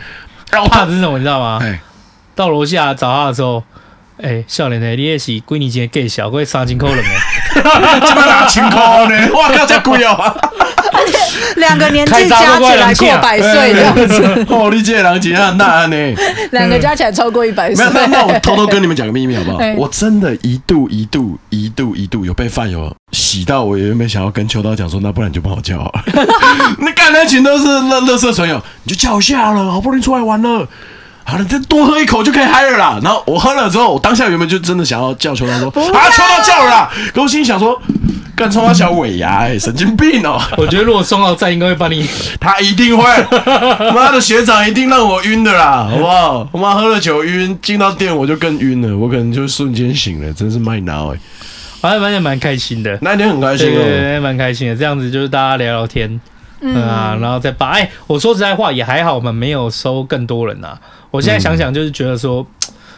S3: 然后我
S2: 怕的是什么，你知道吗？
S3: 哎，
S2: 到楼下找他的时候，哎、少年的你也是几年前的 gay 小，我三千块人诶，
S3: 这么拿情况呢？哇靠，这贵哦！
S4: 两个年
S2: 开
S4: 纪
S2: 闸
S4: 加
S2: 都
S4: 起
S2: 快
S4: 来
S2: 两
S4: 过
S2: 千啊哎
S4: 百岁这 <laughs> 样子，
S3: 哦，你这狼情很大呢。
S4: 两个加起来超过一百
S3: 没
S4: 岁
S3: 有，。那那我偷偷跟你们讲个秘密好不好
S4: 哎？
S3: 我真的一度一度一度一度有被饭友洗到，我原本想要跟秋刀讲说，那不然你就帮我叫好了。 <laughs> 那干那群都是乐乐色船友，你就叫一下了，好不容易出来玩了。好了，再多喝一口就可以嗨了啦。然后我喝了之后，我当下原本就真的想要叫秋刀说，啊，秋刀叫了啦。可我心里想说，干冲他小尾牙、哎，神经病哦、
S2: 我觉得如果双号在，应该会把你
S3: 他一定会，妈的学长一定让我晕的啦，好不好？我妈喝了酒晕，进到店我就更晕了，我可能就瞬间醒了，真是卖脑哎、
S2: 好像蛮蛮蛮开心的。
S3: 那一天很开心
S2: 对
S3: 哦、
S2: 对对，蛮开心的。这样子就是大家聊聊天，嗯啊，然后再把哎、我说实在话也还好，我们没有收更多人啊。我现在想想，就是觉得说，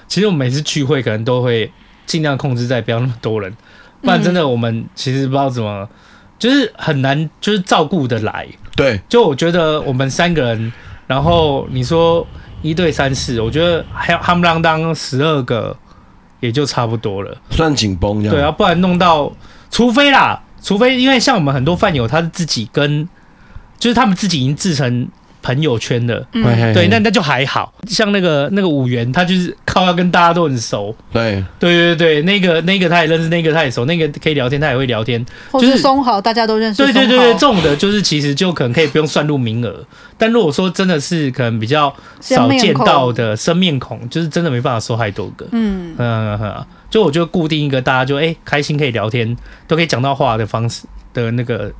S2: 其实我们每次聚会可能都会尽量控制在不要那么多人，不然真的我们其实不知道怎么，就是很难就是照顾得来。
S3: 对，
S2: 就我觉得我们三个人，然后你说一对三四，我觉得还有夯不啷当十二个也就差不多了。
S3: 算紧绷这样。
S2: 对啊，，不然弄到，除非啦，除非因为像我们很多饭友，他是自己跟，就是他们自己已经制成朋友圈的，
S3: 嗯
S2: 对，那那就还好。像那个那个五元，他就是靠要跟大家都很熟，
S3: 对
S2: 对对对，那个那个他也认识，那个他也熟，那个可以聊天，他也会聊天，
S4: 或
S2: 就是
S4: 是松好，大家都认识。
S2: 对对对对，这，种的就是其实就可能可以不用算入名额，但如果说真的是可能比较少见到的生面孔，就是真的没办法收太多个。
S4: 嗯，
S2: 嗯，嗯就我就固定一个大家就哎、开心可以聊天，都可以讲到话的方式的那个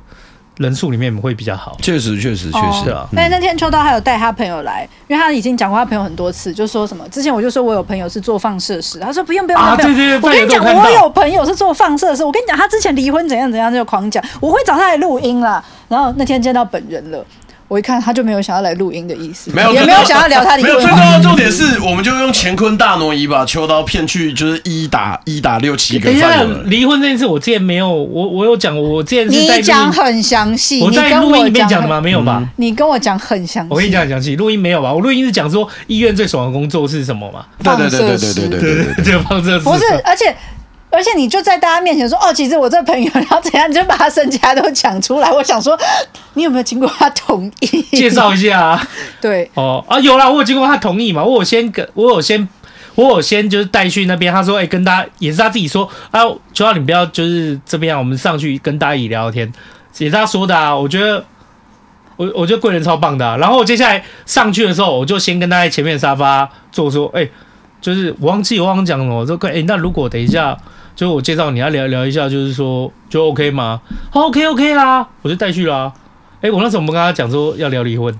S2: 人数里面会比较好。
S3: 确实确实确
S4: 哦
S3: 实
S2: 对啊，
S4: 但是那天秋刀还有带他朋友来，因为他已经讲过他朋友很多次，就说什么之前我就说我有朋友是做放射师，他说不用不用
S2: 啊
S4: 不用，
S2: 对对对
S4: 我跟你
S2: 对
S4: 讲
S2: 有看到
S4: 我有朋友是做放射师，我跟你讲他之前离婚怎样怎样就狂讲，我会找他来录音啦。然后那天见到本人了，我一看他就没有想要来录音的意思，
S3: 没有
S4: 也没有想要聊他离
S3: 没有，
S4: 婚
S3: 最重要的重点是，我们就用乾坤大挪移把秋刀骗去，就是一打一打六七个
S2: 等一下
S3: 犯人，了。
S2: 离婚这件事我之前没有，我我有讲，我之前是在
S4: 你讲
S2: 录
S4: 很详细，
S2: 音，我
S4: 你
S2: 在
S4: 跟
S2: 录音
S4: 我
S2: 里面
S4: 讲
S2: 讲的
S4: 很
S2: 吗？没有吧？
S4: 你跟我讲很详细，
S2: 我跟你讲很详细，录音没有吧？我录音是讲说医院最爽的工作是什么嘛？
S3: 对对对对对对对对对对。
S2: 就放这
S4: 不是，而且而且你就在大家面前说哦，其实我这朋友，然后怎样，你就把他身家都讲出来。我想说，你有没有经过他同意？
S2: 介绍一下啊。
S4: 对，
S2: 哦啊，有啦，我有经过他同意嘛，我有先跟，我有先，我有先就是带去那边，他说，哎、跟大家也是他自己说啊，求到你不要就是这边啊，我们上去跟大家一起聊天，也是他说的啊，我觉得。我我觉得贵人超棒的啊、然后我接下来上去的时候，我就先跟他在前面的沙发坐说，哎、就是我忘记我忘记讲了，我说，哎、那如果等一下，就是我介绍你要聊聊一下，就是说就 OK 吗？哦 OK OK 啦，我就带去啦。哎、我那时候我们跟他讲说要聊离婚，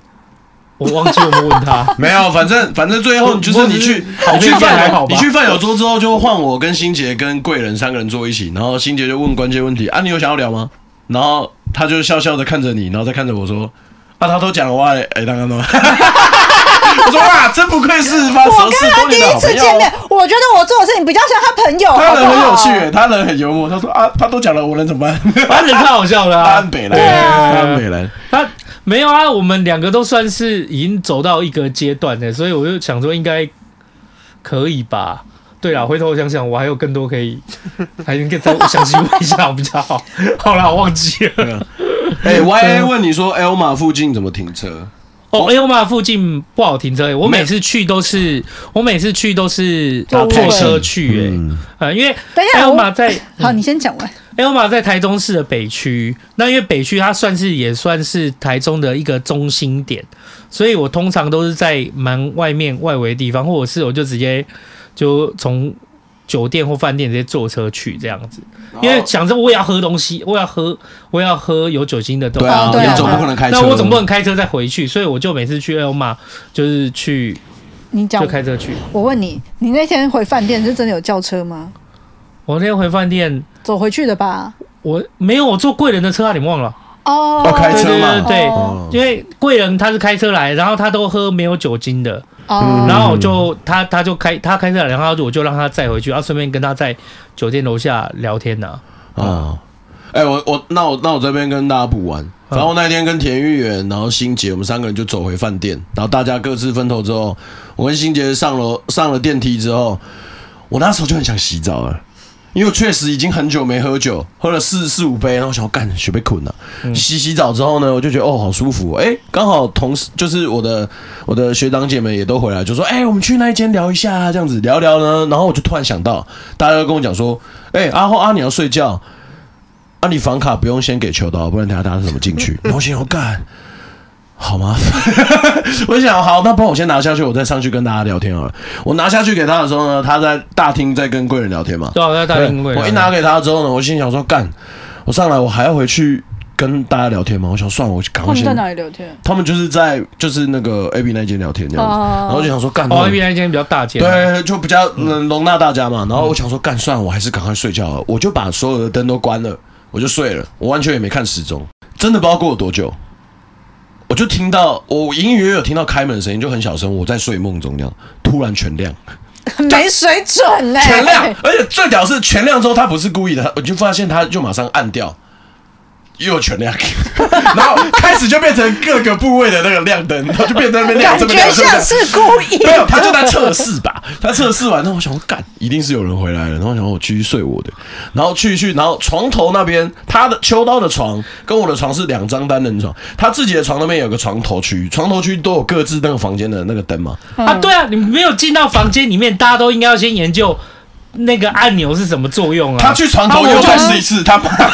S2: 我忘记我们问他
S3: 没有，反正反正最后就是你去
S2: 我我
S3: 你去
S2: 觉得还
S3: 饭
S2: 好
S3: 友，
S2: 吧
S3: 你去饭友桌之后就换我跟欣杰跟贵人三个人坐一起，然后欣杰就问关键问题啊，你有想要聊吗？然后他就笑笑的看着你，然后再看着我说啊，他都讲了，我哎哎，当当当， <laughs> 我说哇，真不愧是妈
S4: 我
S3: 熟
S4: 跟
S3: 识
S4: 他
S3: 多
S4: 第
S3: 年的
S4: 一
S3: 好
S4: 次
S3: 朋
S4: 见
S3: 友
S4: 面。，我觉得我做的事情比较像他朋友，
S3: 他
S4: 好不
S3: 人
S4: 好
S3: 很有趣耶，他人很幽默。他说啊，他都讲了，我能怎么办？
S2: 反正太好笑了、啊
S3: <laughs> 安。北
S2: 对啊
S3: 来，安北来，
S2: 他没有啊，我们两个都算是已经走到一个阶段了，所以我就想说应该可以吧。对啦，回头我想想，我还有更多可以，还应该再详细问一下比较好。好啦，我忘记了。
S3: 哎，Y A 问你说 L 马附近怎么停车？
S2: 哦，L 马附近不好停车、欸，我
S3: 没
S2: 每次去都是，我每次去都是
S4: 坐
S2: 坐
S4: Uber
S2: 车去、欸，
S3: 嗯
S2: 呃，因为
S4: 等一下
S2: L
S4: 哎我
S2: 马在
S4: 好，你先讲完。
S2: L 马在台中市的北区，那因为北区它算是也算是台中的一个中心点，所以我通常都是在蛮外面外围的地方，或者是我就直接就从酒店或饭店直接坐车去这样子，因为想着我也要喝东西，我要喝我要喝有酒精的东
S3: 对
S2: 西，
S3: 啊，
S4: 哦对啊
S3: 你总不可能开车，
S2: 那我总不能开车再回去，所以我就每次去 L 马就是去
S4: 你讲
S2: 就，开车去。
S4: 我问你，你那天回饭店是真的有轿车吗？
S2: 我那天回饭店，
S4: 走回去的吧？
S2: 我没有我坐贵人的车啊，你忘了？
S4: 哦，
S3: 要开车
S2: 对
S3: 嘛
S2: 对对
S4: 哦，
S2: 因为贵人他是开车来，然后他都喝没有酒精的，
S4: 哦
S3: 嗯
S2: 然后我就他他就开他开车来，然后我就让他载回去，然后啊顺便跟他在酒店楼下聊天呐、
S3: 啊。哎、我我那我那我这边跟大家补完，然后那天跟田玉元，然后欣杰，我们三个人就走回饭店，然后大家各自分头之后，我跟欣杰上楼上了电梯之后，我那时候就很想洗澡了，因为我确实已经很久没喝酒，喝了四四五杯，然后想要干，学被困了。洗洗澡之后呢，我就觉得哦，好舒服、哦。哎、刚好同事就是我的我的学长姐们也都回来，就说哎、我们去那一间聊一下、啊，这样子聊一聊呢。然后我就突然想到，大家都跟我讲说，哎、阿浩阿你要睡觉，啊，你房卡不用先给球的哦，不然等下大家怎么进去？然后我心想干。好麻烦， <laughs> 我就想好，那不然我先拿下去，我再上去跟大家聊天好了。我拿下去给他的时候呢，他在大厅在跟贵人聊天嘛，
S2: 对啊，在大
S3: 对
S2: 厅
S3: 我一拿给他之后呢，我心想说，干，我上来我还要回去跟大家聊天吗？我想算了，我就赶
S4: 他
S3: 快
S4: 们
S3: 先
S4: 在。哪里聊天？
S3: 他们就是在就是那个 A B 那间聊天这样子，
S4: 哦
S3: 然后我就想说干。
S2: 哦
S3: 那
S2: A B 那间比嗯较大间，，
S3: 对，就比较能容纳大家嘛。然后我想说，干，算了，我还是赶快睡觉了。我就把所有的灯都关了，我就睡了。我完全也没看时钟，真的不知道过了多久，我就听到我隐隐约约有听到开门的声音，就很小声。我在睡梦中这样，突然全亮。
S4: 没水准嘞！
S3: 全亮，而且最屌是全亮之后，他不是故意的，我就发现他就马上按掉，又全亮， <laughs> 然后开始就变成各个部位的那个亮灯，然后就变成那边亮，
S4: 感
S3: 这边亮，这
S4: 觉
S3: 边
S4: 像
S3: 亮。
S4: 是故意。
S3: 没有，他就在测试吧。他测试完，然后我想说，干，一定是有人回来了。然后我想说哦我继续睡我的，然后去去，然后床头那边，他的秋刀的床跟我的床是两张单人床，他自己的床那边有个床头区，床头区都有各自那个房间的那个灯嘛。
S2: 啊，对啊，你没有进到房间里面，大家都应该要先研究那个按钮是什么作用啊。
S3: 他去床头
S2: 啊
S3: 又
S2: 我就
S3: 再试一次，他妈
S2: <laughs>
S3: 的，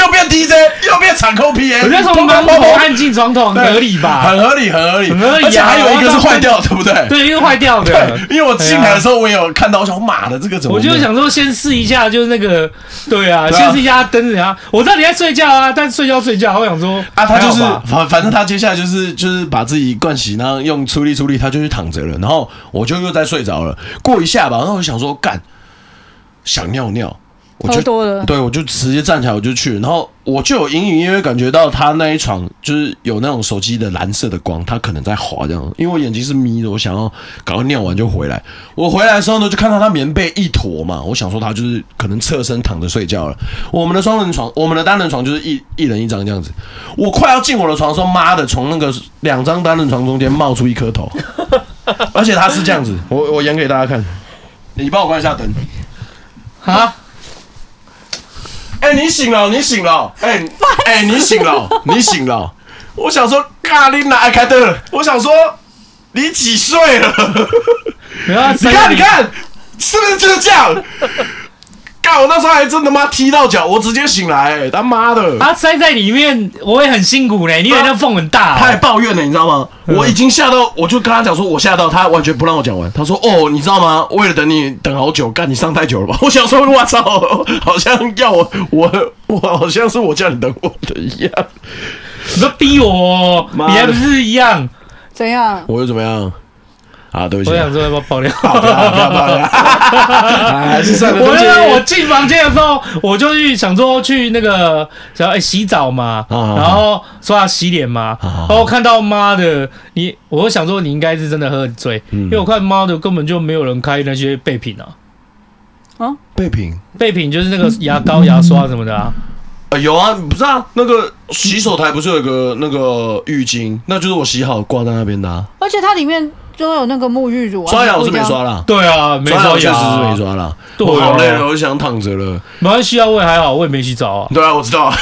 S3: 又变 DJ，又变场控 PA，
S2: 我觉得从
S3: 砰砰
S2: 门
S3: 砰 <laughs>
S2: 口
S3: 砰
S2: 按进床头很合理吧？
S3: 很合理，很合理，
S2: 很合理啊
S3: 而且还有一个是坏掉的，对不对？
S2: 对，因为坏掉的。
S3: 因为我进来的时候我也有看到，我想妈的这个怎么？
S2: 我就想说，先试一下，就是那个，对啊，
S3: 对啊
S2: 先试一下灯怎样。我知道你在睡觉啊，但睡觉睡觉，我想说
S3: 啊，他就是
S2: 还好吧
S3: 反反正他接下来就是就是把自己灌洗，然后用出力出力，他就去躺着了，然后我就又在睡着了，过一下吧，然后我想说干，想尿尿，我就
S4: 喝多了
S3: 对我就直接站起来我就去，然后我就有隐隐约约感觉到他那一床就是有那种手机的蓝色的光，他可能在滑这样，因为我眼睛是眯的，我想要赶快尿完就回来。我回来的时候呢，就看到他棉被一坨嘛，我想说他就是可能侧身躺着睡觉了。我们的双人床，我们的单人床就是一一人一张这样子。我快要进我的床的时候，妈的，从那个两张单人床中间冒出一颗头，而且他是这样子，我我演给大家看，你帮我关一下灯。
S2: 啊，
S3: 哎、你醒了，你醒了，哎、哎、你醒了，你醒了。我想说，咖喱哪开的？我想说，你几岁 <laughs> 了？
S2: 没有啊，
S3: 你
S2: 你
S3: 看，你，看，是不是就是这样？干，我那时候还真他妈踢到脚，我直接醒来、哎他妈的！
S2: 它啊塞在里面，我也很辛苦嘞，你以为那缝很大
S3: 他还
S2: 哦？
S3: 抱怨了，你知道吗？我已经吓到，我就跟他讲说，我吓到，他完全不让我讲完。他说：“哦，你知道吗？为了等你等好久，干你上太久了吧？”我 <laughs> 想说，我操，好像要我我我好像是我叫你等我的一样。
S2: 你都逼我哦，
S3: 妈的
S2: 你还不是一样？
S4: 怎样？
S3: 我又怎么样？啊，对不起
S2: 我，想说要不要爆料？
S3: 好的 <laughs> 啊不
S2: <laughs>
S3: 要爆料啊还是算了，对
S2: 我
S3: 不
S2: 就
S3: 起
S2: 是我进房间的时候，我就去想说去那个想要哎洗澡嘛，
S3: 啊
S2: 然后刷牙洗脸嘛，然后看到妈的你，我就想说你应该是真的喝很醉，
S3: 嗯
S2: 因为我看妈的根本就没有人开那些备品啊，
S3: 备品。
S2: 备品就是
S3: <laughs>
S2: 那个牙膏、牙刷什么的啊，
S3: 啊，有啊，不是啊，那个洗手台不是有一个那个浴巾，那就是我洗好挂在那边的、啊。
S4: 而且它里面都有那个沐浴乳啊。
S3: 刷牙我是
S4: 不一
S3: 没
S4: 定要
S3: 刷啦，
S2: 对啊，没
S3: 刷牙
S2: 刷
S3: 我确
S2: 牙
S3: 实是
S2: 啊，
S3: 没刷啦。
S2: 对啊
S3: 我好累了，我就想躺着了。
S2: 没关系啊，我也还好，我也没洗澡
S3: <laughs>
S2: 啊，
S3: 对啊，我知道。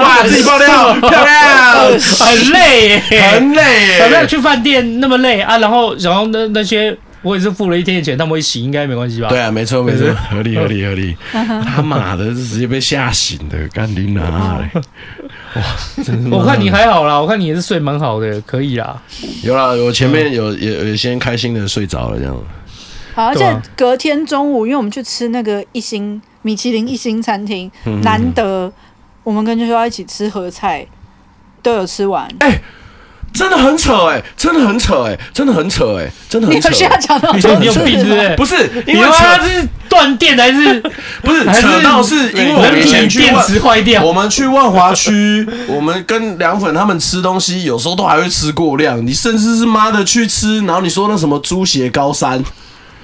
S3: 哇，自己爆料，漂亮，
S2: 很累耶，
S3: 很累
S2: 反正
S3: 耶。
S2: 去饭店那么累啊，然后然后那那些我也是付了一天的钱，他们会洗，应该没关系吧？
S3: 对啊，没错没错，合理合理
S2: <laughs>
S3: 合理。他妈的，是直接被吓醒的，干你哪嘞！哇，真是
S2: 哦 <laughs> 我看你还好啦，我看你也是睡蛮好的，可以
S3: <laughs>
S2: 啦。
S3: 有啦，我前面有有有先开心的睡着了这样。
S4: 好，而
S2: 对啊
S4: 且隔天中午，因为我们去吃那个一星米其林一星餐厅，
S2: 嗯
S4: 难得我们跟就说要一起吃合菜，都有吃完。
S3: 真的很扯哎、真的很扯哎、真的很扯哎、真的
S4: 你
S3: 很扯
S4: 有需
S3: 欸、
S4: 要讲到
S2: 你
S4: 这种
S2: 你有
S4: 事
S2: 病是不
S4: 吗？
S2: 是？
S3: 不是
S2: 你
S3: 因为
S2: 说他
S3: 扯，
S2: 是断电还
S3: <laughs>
S2: 是
S3: 不是
S2: 还
S3: 扯到是因为我们
S2: 人
S3: 以前
S2: 体
S3: 去
S2: 电
S3: 万，
S2: 池坏掉
S3: 我？们去万华区， <laughs> 我们跟凉粉他们吃东西，有时候都还会吃过量。你甚至是妈的去吃，然后你说那什么猪血高山。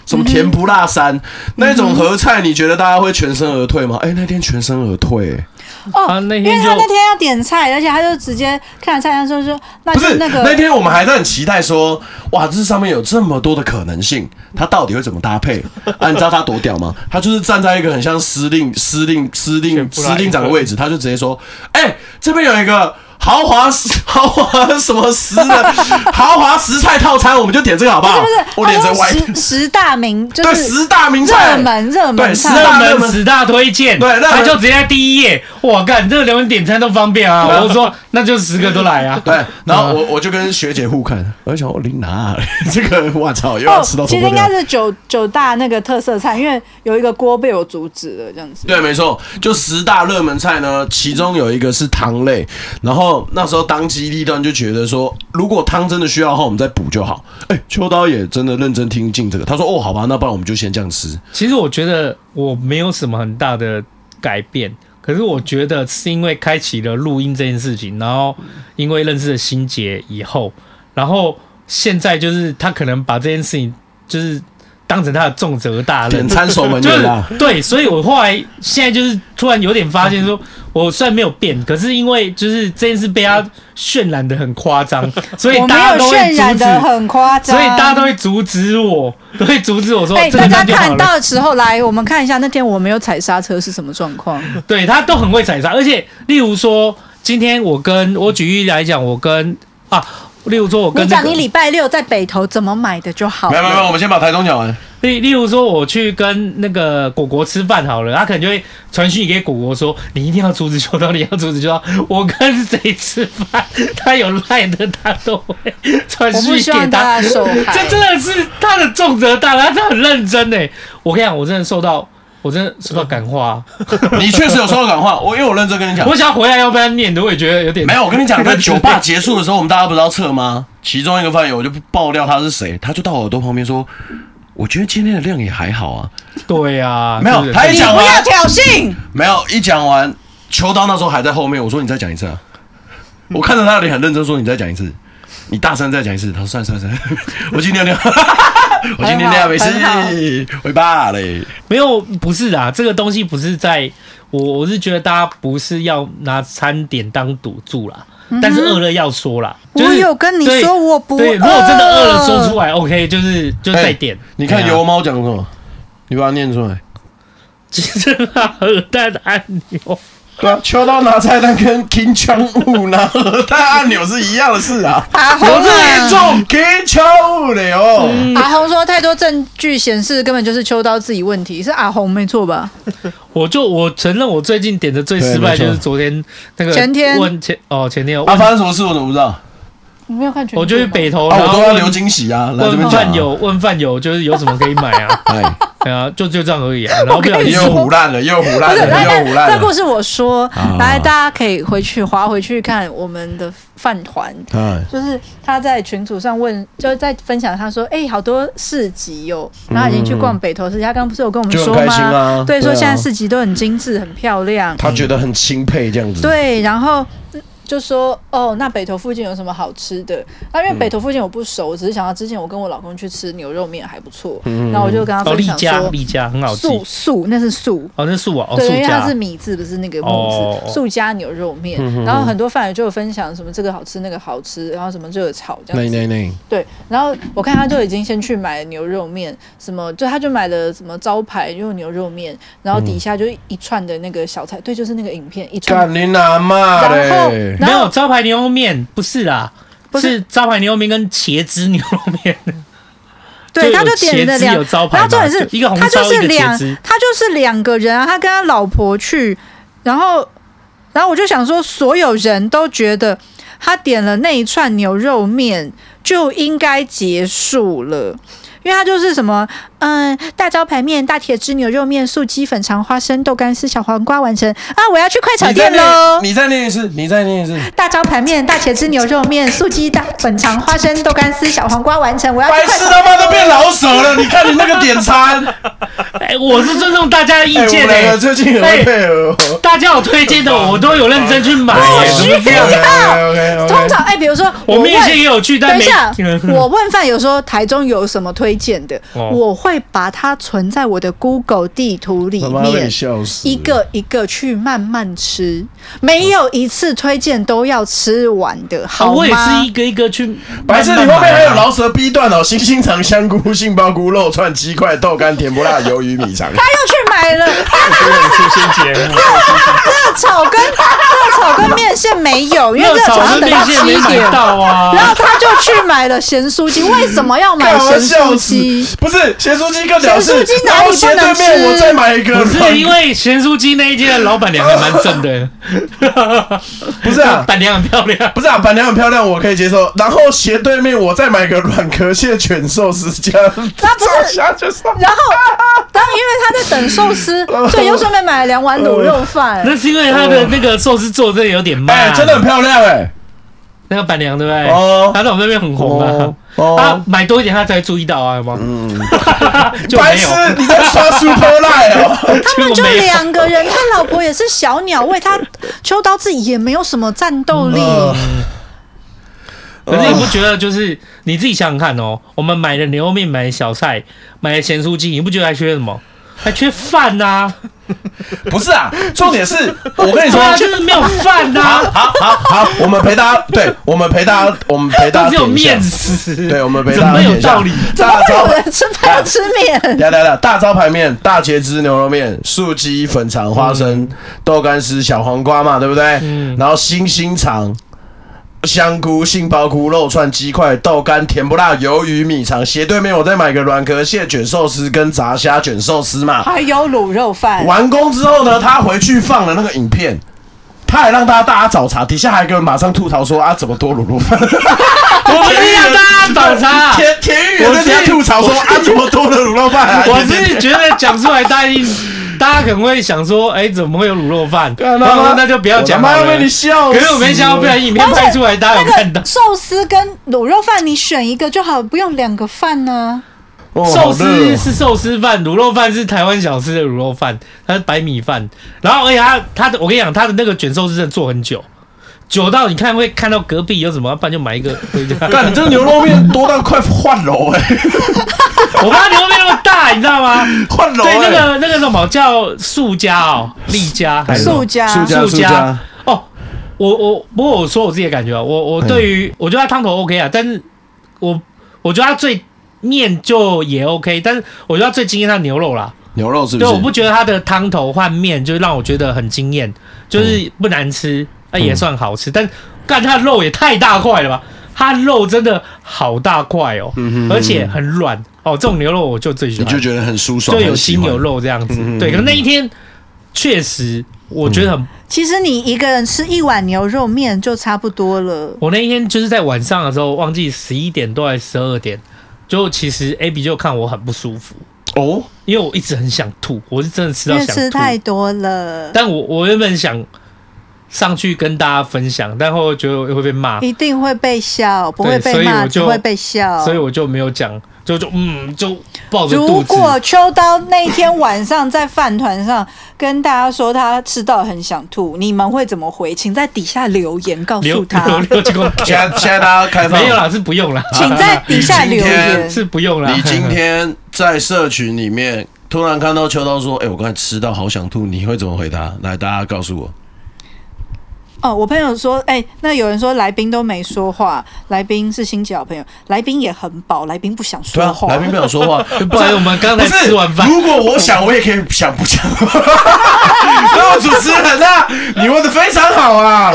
S3: 什么甜不辣山、那种合菜，你觉得大家会全身而退吗？哎、那天全身而退、欸
S2: 啊
S4: 哦，
S2: 那
S4: 因
S2: 天
S4: 为
S2: 就
S4: 他那天要点菜，而且他就直接看了菜单说说，那
S3: 不
S4: 就是那
S3: 那
S4: 个
S3: 天我们还在很期待说，哇，这上面有这么多的可能性，它到底会怎么搭
S4: <laughs>
S3: 配？啊，你知道他多屌吗？他就是站在一个很像司令、司令、司令、
S5: 布
S3: 司
S5: 莱克
S3: 令长的位置，他就直接说，哎、这边有一个。豪华 <laughs> 豪华什么食的 <laughs> 豪华食菜套餐，我们就点这个好不好？
S4: 不是
S3: 啊我点
S4: 他
S3: 成
S4: 说
S3: 外
S4: 十十大名就
S3: 对
S4: 是
S3: 十大名菜
S4: 热门热
S3: 对
S4: 门
S3: 十
S4: 菜
S3: 大。
S2: 热门十大推荐，
S3: 对热门
S2: 他就直接在第一页。哇，干，这个连点餐都方便啊！我就说那就十个都来啊。
S3: 对，然后
S4: 嗯
S3: 我我就跟学姐互看，我就想我琳娜 <laughs> 这个，我操，又要吃到
S4: 哦其
S3: 头破
S4: 实应
S3: 掉
S4: 该。是九九大那个特色菜，因为有一个锅被我阻止了，这样子。
S3: 对，没错，就十大热门菜呢，其中有一个是汤类。然后那时候当机立断就觉得说，如果汤真的需要的话，我们再补就好。哎、秋刀也真的认真听进这个，他说哦，好吧，那不然我们就先这样吃。
S2: 其实我觉得我没有什么很大的改变，可是我觉得是因为开启了录音这件事情，然后因为认识了心杰以后，然后现在就是他可能把这件事情就是当成他的重责大
S3: 点
S4: <laughs>
S2: 任。
S3: 餐守门
S2: 就
S3: 员啊，
S2: 是对，所以我后来现在就是突然有点发现说，我虽然没有变，可是因为就是这件事被他渲染的很夸
S4: <laughs>
S2: 张，所以
S4: 我没
S2: 大家
S4: 有
S2: 都会
S4: 渲染
S2: 阻
S4: 的
S2: 止，
S4: 很夸张，
S2: 所以大家都会阻止我，都会阻止我说
S4: 哎、
S2: 这
S4: 大
S2: 个
S4: 家
S2: 那就好
S4: 看
S2: 了。
S4: 到的时候来，我们看一下那天我没有踩刹车是什么状况。
S2: 对他都很会踩刹，而且例如说，今天我跟我举例来讲，我跟啊，例如说我跟、
S4: 你
S2: 那
S4: 讲
S2: 个
S4: 你礼拜六在北投怎么买的就好
S3: 没有没有没有，
S4: 了。
S3: 我们先把台中讲完。
S2: 例例如说我去跟那个果果吃饭好了，他可能就会传讯给果果说，你一定要阻止秋刀，你要阻止秋刀。 <laughs> 我跟谁吃饭，他有赖的他都会传
S4: 我不
S2: 讯
S4: 希
S2: 给
S4: 望大
S2: 他。
S4: 家受害。
S2: 这真的是他的重责大任，他真的很认真哎。我跟你讲，我真的受到，我真的受到感化。
S3: 嗯你确实有说到感化，我因为我认真跟你讲
S2: 我，想回来要不然念的，我也觉得有点
S3: 没有，我跟你讲，在酒吧结束的时候，我们大家不是要撤吗？其中一个饭友我就不爆料他是谁，他就到我耳朵旁边说，我觉得今天的量也还好啊。
S2: 对啊，
S3: 没有
S2: 是不是
S3: 他一
S4: 你
S3: 讲
S4: 不
S3: 完
S4: 要挑衅，
S3: 没有，一讲完，秋刀那时候还在后面，我说你再讲一次啊！我看着他的脸很认真，说你再讲一次，你大声再讲一次。他说算算算， <laughs> 我今
S4: <laughs>
S3: 天尿尿，我今天尿没
S4: 很好
S3: 事，回爸嘞。
S2: 没有，不是啦，这个东西不是在我，我是觉得大家不是要拿餐点当赌注啦，但是饿了要说啦。就是
S4: 嗯我有跟你说我不
S2: 对，对如果真的饿了
S4: 饿
S2: 说出来，OK，就是就再点。
S3: 哎你看
S2: 对啊 <laughs>
S3: 油猫讲什么？你把它念出来。
S2: 其实核弹按钮，
S3: 对啊，秋刀拿菜单跟 King Chang Wu 拿核弹按钮是一样的事啊，
S4: 阿红
S3: 有这么严
S4: 啊，
S3: 重？King Chang Wu 的哦。
S4: 阿红说太多证据显示根本就是秋刀自己问题，是阿红没错吧？
S2: 我就我承认我最近点的最失败
S3: 对没错
S2: 就是昨天那个
S4: 前天
S2: 问前哦前天
S3: 啊，
S2: 问，
S3: 发生什么事我怎么不知道？啊，
S4: 我没有看全，
S2: 我就去北投，然
S3: 我
S2: 后
S3: 都要留
S2: 问
S3: 惊喜啊，来这边
S2: 问
S3: 讲
S2: 饭
S3: 啊。，
S2: 友问饭友就是有什么可以买啊 <laughs>
S3: 哎，
S2: 对啊，就就这样而已啊。然后不小
S4: 我
S2: 心
S4: 跟
S3: 你
S4: 你
S3: 哎又
S4: <laughs> 说
S3: 胡烂了，又胡烂
S4: 不是，
S3: 了，
S4: 来
S3: 又胡
S4: 来，
S3: 烂
S4: 这故
S3: 了。
S4: 事我说
S3: 啊，
S4: 来大家可以回去划回去看我们的饭团，
S3: 嗯，
S4: 就是他在群组上问，就是在分享，他说：“哎、好多市集哦，然后他已经去逛北投市集，他刚刚不是有跟我们
S3: 就很
S4: 说
S3: 开
S4: 吗？
S3: 心啊对啊
S4: 对，说现在市集都很精致、很漂亮。
S2: 嗯
S3: 他觉得很钦佩这样子。，
S4: 对，然后嗯就说：哦，那北投附近有什么好吃的？那、
S2: 嗯
S4: 因为北投附近我不熟，我只是想到之前我跟我老公去吃牛肉面还不错，然后我就跟他
S2: 哦，
S4: 分
S2: 栗
S4: 享
S2: 家
S4: 说，
S2: 栗家很好吃。
S4: 素素那是素，
S2: 哦，那素啊，哦，
S4: 对，
S2: 素
S4: 因为它
S2: 家
S4: 是米字，不是那个木
S2: 哦嗯
S4: 字，素家牛肉面。然后很多饭友就有分享什么这个好吃，那个好吃，然后什么热炒这
S3: 那
S4: 样子。
S3: 那那，
S4: 对，然后我看他就已经先去买牛肉面，什么就他就买了什么招牌又牛肉面，然后底下就一串的那个小菜，对，就是那个影片一串
S3: 干。你哪嘛
S4: 然后
S3: 嘞？
S2: 没
S4: 然
S2: 有
S4: 后
S2: 招牌牛肉面，不是啦，
S4: 不是
S2: 是招牌牛肉面跟茄汁牛肉面。
S4: 对，
S2: 就
S4: 他
S2: 有
S4: 就点了
S2: 茄子
S4: 两
S2: 有，招牌
S4: 然后重
S2: 嘛
S4: 点是
S2: 就一个红
S4: 他就
S2: 烧一
S4: 是
S2: 个
S4: 两
S2: 茄子，
S4: 他就是两个人啊，他跟他老婆去，然后然后我就想说，所有人都觉得他点了那一串牛肉面就应该结束了。因为他就是什么，嗯，大招牌面、大铁汁牛肉面、素鸡粉肠、花生、豆干丝、小黄瓜完成啊！我要去快炒
S3: 你再
S4: 店喽
S3: 念，！你再念一次，你再念一次。
S4: 大招牌面、大铁汁牛肉面、素鸡大粉肠、花生、豆干丝、小黄瓜完成，我要去
S3: 白
S4: 快
S3: 痴
S4: 炒
S3: 他妈都
S4: 店喽
S3: 变老舍
S4: <laughs>
S3: 了！你看你那个点餐，
S2: 哎，我是尊重大家的意
S3: 哎，我
S2: 见
S3: 们
S2: 哎
S3: 两个，最近很会配合。哦
S2: 大家有推荐的我都有认真去买哎，
S4: 哦
S2: 怎么这样？
S3: OK OK
S4: 通
S3: OK。
S4: 常哎、比如说
S2: 我
S4: 问
S2: 们以前也有去，但
S4: 等一
S2: 没，
S4: 下 <laughs> 我问饭友说台中有什么推荐的，
S2: 哦
S4: 我会把它存在我的 Google 地图里
S3: 他妈被你
S4: 面，
S3: 笑死！
S4: 一个一个去慢慢吃，没有一次推荐都要吃完的，
S2: 啊
S4: 好吗？
S2: 我也是一个一个去。
S3: 白痴，你
S2: 慢
S3: 后
S2: 慢
S3: 面
S2: 买啊
S3: 还有老舍 B 段哦，星星肠、香菇、杏鲍菇、肉串、鸡块、豆干、甜不辣、鱿鱼、米肠。
S4: 他又去买了热
S5: 我有出新节目，
S4: 炒跟热炒跟面线没有，因为
S2: 热
S4: 热
S2: 炒
S4: 炒
S2: 跟
S4: 要等
S2: 面
S4: 到
S2: 线没
S4: 七
S2: 买
S4: 点。
S2: 到
S4: 然
S2: 啊，
S4: 后他就去买了咸酥鸡，为什么要买
S3: 干嘛
S4: 咸
S3: 笑
S4: 酥
S3: 死
S4: 鸡？！
S3: 不是咸酥鸡更屌丝，
S4: 咸酥鸡哪里
S3: 然后斜对
S4: 不能
S3: 面
S4: 吃
S3: 我再买一个。
S2: 不是因为咸酥鸡那一间的老板娘还蛮正的，
S3: <laughs> 不是啊
S2: 老， <laughs> 板娘很漂亮。
S3: 不是啊，板娘很漂亮，我可以接受。然后斜对面我再买个软壳蟹卷寿司加
S4: 那不是
S3: 虾就是
S4: 然后，然后因为他在等
S2: <laughs>
S4: 寿司，所以又顺便买了两碗卤肉饭。
S2: 那是因为他的那个寿司做的真的有点
S3: 哎
S2: 慢，，
S3: 真的很漂亮哎。
S2: 那个板娘对不对？
S3: 哦
S2: 她在我们这边很红啊
S3: 哦。哦嗯
S2: 她买多一点，她才会注意到啊，有吗？ <laughs> 就
S3: 白
S2: 没
S3: 痴
S2: 有，
S3: 你在刷 Super Line 哦？
S4: <laughs> 他们
S2: 结果
S4: 就
S2: 没有
S4: 两个人，他老婆也是小鸟胃，他秋刀自己也没有什么战斗力。
S2: 呃
S3: 呃
S2: 可是你不觉得就是你自己想想看哦，我们买了牛肉面，买了小菜，买了咸酥鸡，你不觉得还缺什么？还缺饭呐、
S3: 不是啊，重点是我跟
S2: 对
S3: 你说，
S2: 啊，就是没有饭啊呐、
S3: <laughs> 好好好好，我们陪大家，对我们陪大家，我们陪大
S2: 都
S3: 家
S2: 只有
S3: 点一下
S2: 面，食。
S3: 对我们陪
S2: 怎
S3: 大家
S2: 么
S3: 点
S2: 有
S3: 一下
S2: 道理？
S3: 大
S4: 会
S3: 招
S4: 有人吃饭要吃
S3: <laughs>
S4: 面，
S3: 来来来，大招牌面、大茄汁牛肉面、素鸡粉肠、花生、豆干丝、小黄瓜嘛，对不对？
S2: 嗯
S3: 然后星星肠、香菇、杏鲍菇、肉串、鸡块、豆干、甜不辣、鱿鱼、米肠。斜对面我再买个软壳蟹卷寿司跟炸虾卷寿司嘛。
S4: 还有卤肉饭。
S3: 完工之后呢，他回去放了那个影片，他还让大家大家找茬，底下还有一个人马上吐槽说啊，怎么多卤肉饭？
S2: 我们是让大家找茬。
S3: <laughs> 田田玉人在底下吐槽说啊，怎么多了卤肉饭、啊？
S2: 我是觉得讲出来，大家一定大家可能会想说，哎、怎么会有卤肉饭？
S3: 干
S2: 然
S3: 他
S2: 后
S3: 妈
S2: 我说那就不要讲
S3: 我他
S2: 了
S3: 妈。被你笑死
S2: 可是我没想到，不然影片拍出来，大家有看到。
S4: 寿司跟卤肉饭，你选一个就好，不用两个饭呢、
S3: 哦
S2: 寿
S3: 好热
S2: 司
S3: 哦
S2: 是寿司饭，卤肉饭是台湾小吃的卤肉饭，它是白米饭。然后而且它它的我跟你讲，它的那个卷寿司真的做很久，久到你看会看到隔壁有什么，要不然就买一个回家。
S3: 干，你这个牛肉面多到快换楼哎，
S2: <laughs> 我妈牛肉面那么大，你知道
S3: <laughs>
S2: 吗？
S3: 换楼
S2: 对，那
S3: 哎。
S2: 个那个什么叫素家哦，丽家还是
S4: 素家
S3: 塑
S2: 塑
S3: 胶，塑胶
S2: 胶，哦，我我不过我说我自己的感觉啊，我我对于、
S3: 嗯
S2: 我觉得它汤头 OK 啊，但是我我觉得它最面就也 OK，但是我觉得它最惊艳它的牛肉啦。
S3: 牛肉是不
S2: 对，
S3: 是？
S2: 我不觉得它的汤头换面就让我觉得很惊艳，
S3: 嗯
S2: 就是不难吃，那、也算好吃。但干它的肉也太大块了吧？它肉真的好大块哦，而且很软哦。这种牛肉我就最喜
S3: 嗯你
S2: 欢，
S3: 就觉得很舒爽，
S2: 就有
S3: 很喜
S2: 筋
S3: 欢
S2: 有。肉这样子。
S3: 嗯嗯嗯嗯
S2: 对，可能那一天确实我觉得很，
S4: 其实你一个人吃一碗牛肉面就差不多了。
S2: 我那一天就是在晚上的时候忘记十一点多还是十二点，就其实 Abby 就看我很不舒服，
S3: 哦，
S2: 因为我一直很想吐，我是真的吃
S4: 因
S2: 到
S4: 为
S2: 想
S4: 吃
S2: 吐。
S4: 太多了，
S2: 但我我原本想上去跟大家分享，但后来觉得会被骂，
S4: 一定会被笑，不
S2: 对
S4: 会被
S2: 所以我
S4: 骂，只
S2: 就
S4: 会被笑。
S2: 所以我就没有讲，就就嗯就
S3: 哦
S2: 抱着
S4: 如
S2: 肚子。
S4: 果秋刀那天晚上在饭团上跟大家说他吃到很想吐，你们会怎么回？请在底下留言告
S2: 留 <laughs>
S4: 诉
S2: 留
S4: 他，
S2: 留几
S3: <laughs>
S2: 公
S3: 现在现在大家开放
S2: 没有啦，是不用啦，
S4: 请在底下留言。
S2: 是不用啦。
S3: 你今天在社群里面突然看到秋刀说：“哎、我刚才吃到好想吐。”你会怎么回答？来，大家告诉我。
S4: 哦，我朋友说，哎、那有人说来宾都没说话，来宾是新姐好朋友，来宾也很饱，来宾不想
S3: 对
S4: 说
S3: 啊，
S4: 话。
S3: 来宾没有
S2: <laughs>
S3: 说话，
S2: <laughs> 不然我们刚才
S3: 不是
S2: 吃完饭，
S3: 如果我想，我也可以想不讲。 <laughs> 那我主持人啊，你问的非常好啊。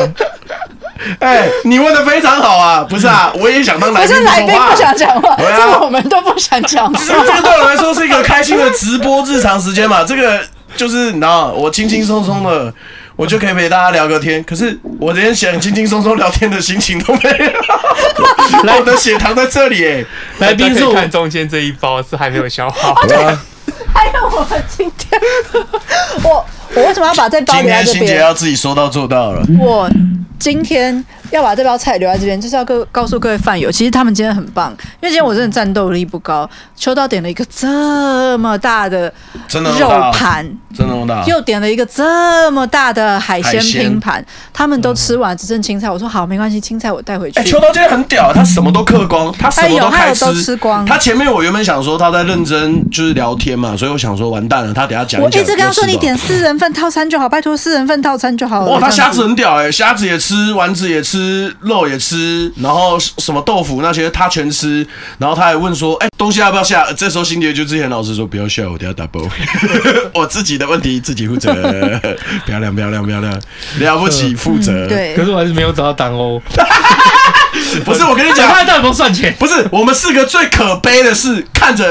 S3: 哎、你问的非常好啊，不是啊，我也想当来
S4: 可
S3: 宾
S4: 是
S3: 说
S4: 来宾
S3: 话
S4: 不想讲话，
S3: 对啊
S4: 这我们都不想讲
S3: 就是 <laughs>
S4: 话。
S3: 这个对我来说是一个开心的直播日常时间嘛，这个就是你知道，我轻轻松松的，我就可以陪大家聊个天。可是我连想轻轻松松聊天的心情都没
S4: <laughs>
S3: 有，我的血糖在这里哎、
S2: 来宾是
S5: 大家可以
S2: 我
S5: 看中间这一包是还没有消化，
S4: 还有哎我们今天，我我为什么要把这包
S3: 今
S4: 留在
S3: 天
S4: 这
S3: 心杰
S4: 边？
S3: 要自己说到做到了，
S4: 我今天要把这包菜留在这边，就是要各告诉各位饭友，其实他们今天很棒，因为今天我真的战斗力不高，秋刀点了一个这么大的
S3: 真的那
S4: 肉
S3: 么大，
S4: 盘，
S3: 真的那么大。
S4: 又点了一个这么大的啊海鲜
S3: 海鲜
S4: 拼盘，他们都吃完，只剩青菜。我说好，没关系，青菜我带回去。
S3: 哎、秋刀今天很屌，他什么都嗑光，他什么
S4: 他
S3: 开
S4: 有
S3: 吃，
S4: 他有都吃光
S3: 他前面我原本想说他在认真就是聊天嘛，所以我想说完蛋了，他等一下讲
S4: 我
S3: 一讲。
S4: 一直跟他说
S3: 就吃
S4: 你
S3: 饱
S4: 点四人份套餐就好，拜托四人份套餐就好了。
S3: 哇，他
S4: 这样
S3: 虾子很屌哎、虾子也吃，丸子也吃，肉也吃，然后什么豆腐那些他全吃，然后他还问说，哎、东西要不要下？这时候新杰就之前老师说不要下，我等下
S4: <laughs>
S3: double，我自己的问题自己负责，漂亮漂亮漂亮，了不起负责、
S4: 嗯对
S2: 可，是我还是没有找到党
S3: <laughs>
S2: 哦。
S3: 不是我跟你讲，
S2: 他到底有没有算钱
S3: 不是我们四个最可悲的是看着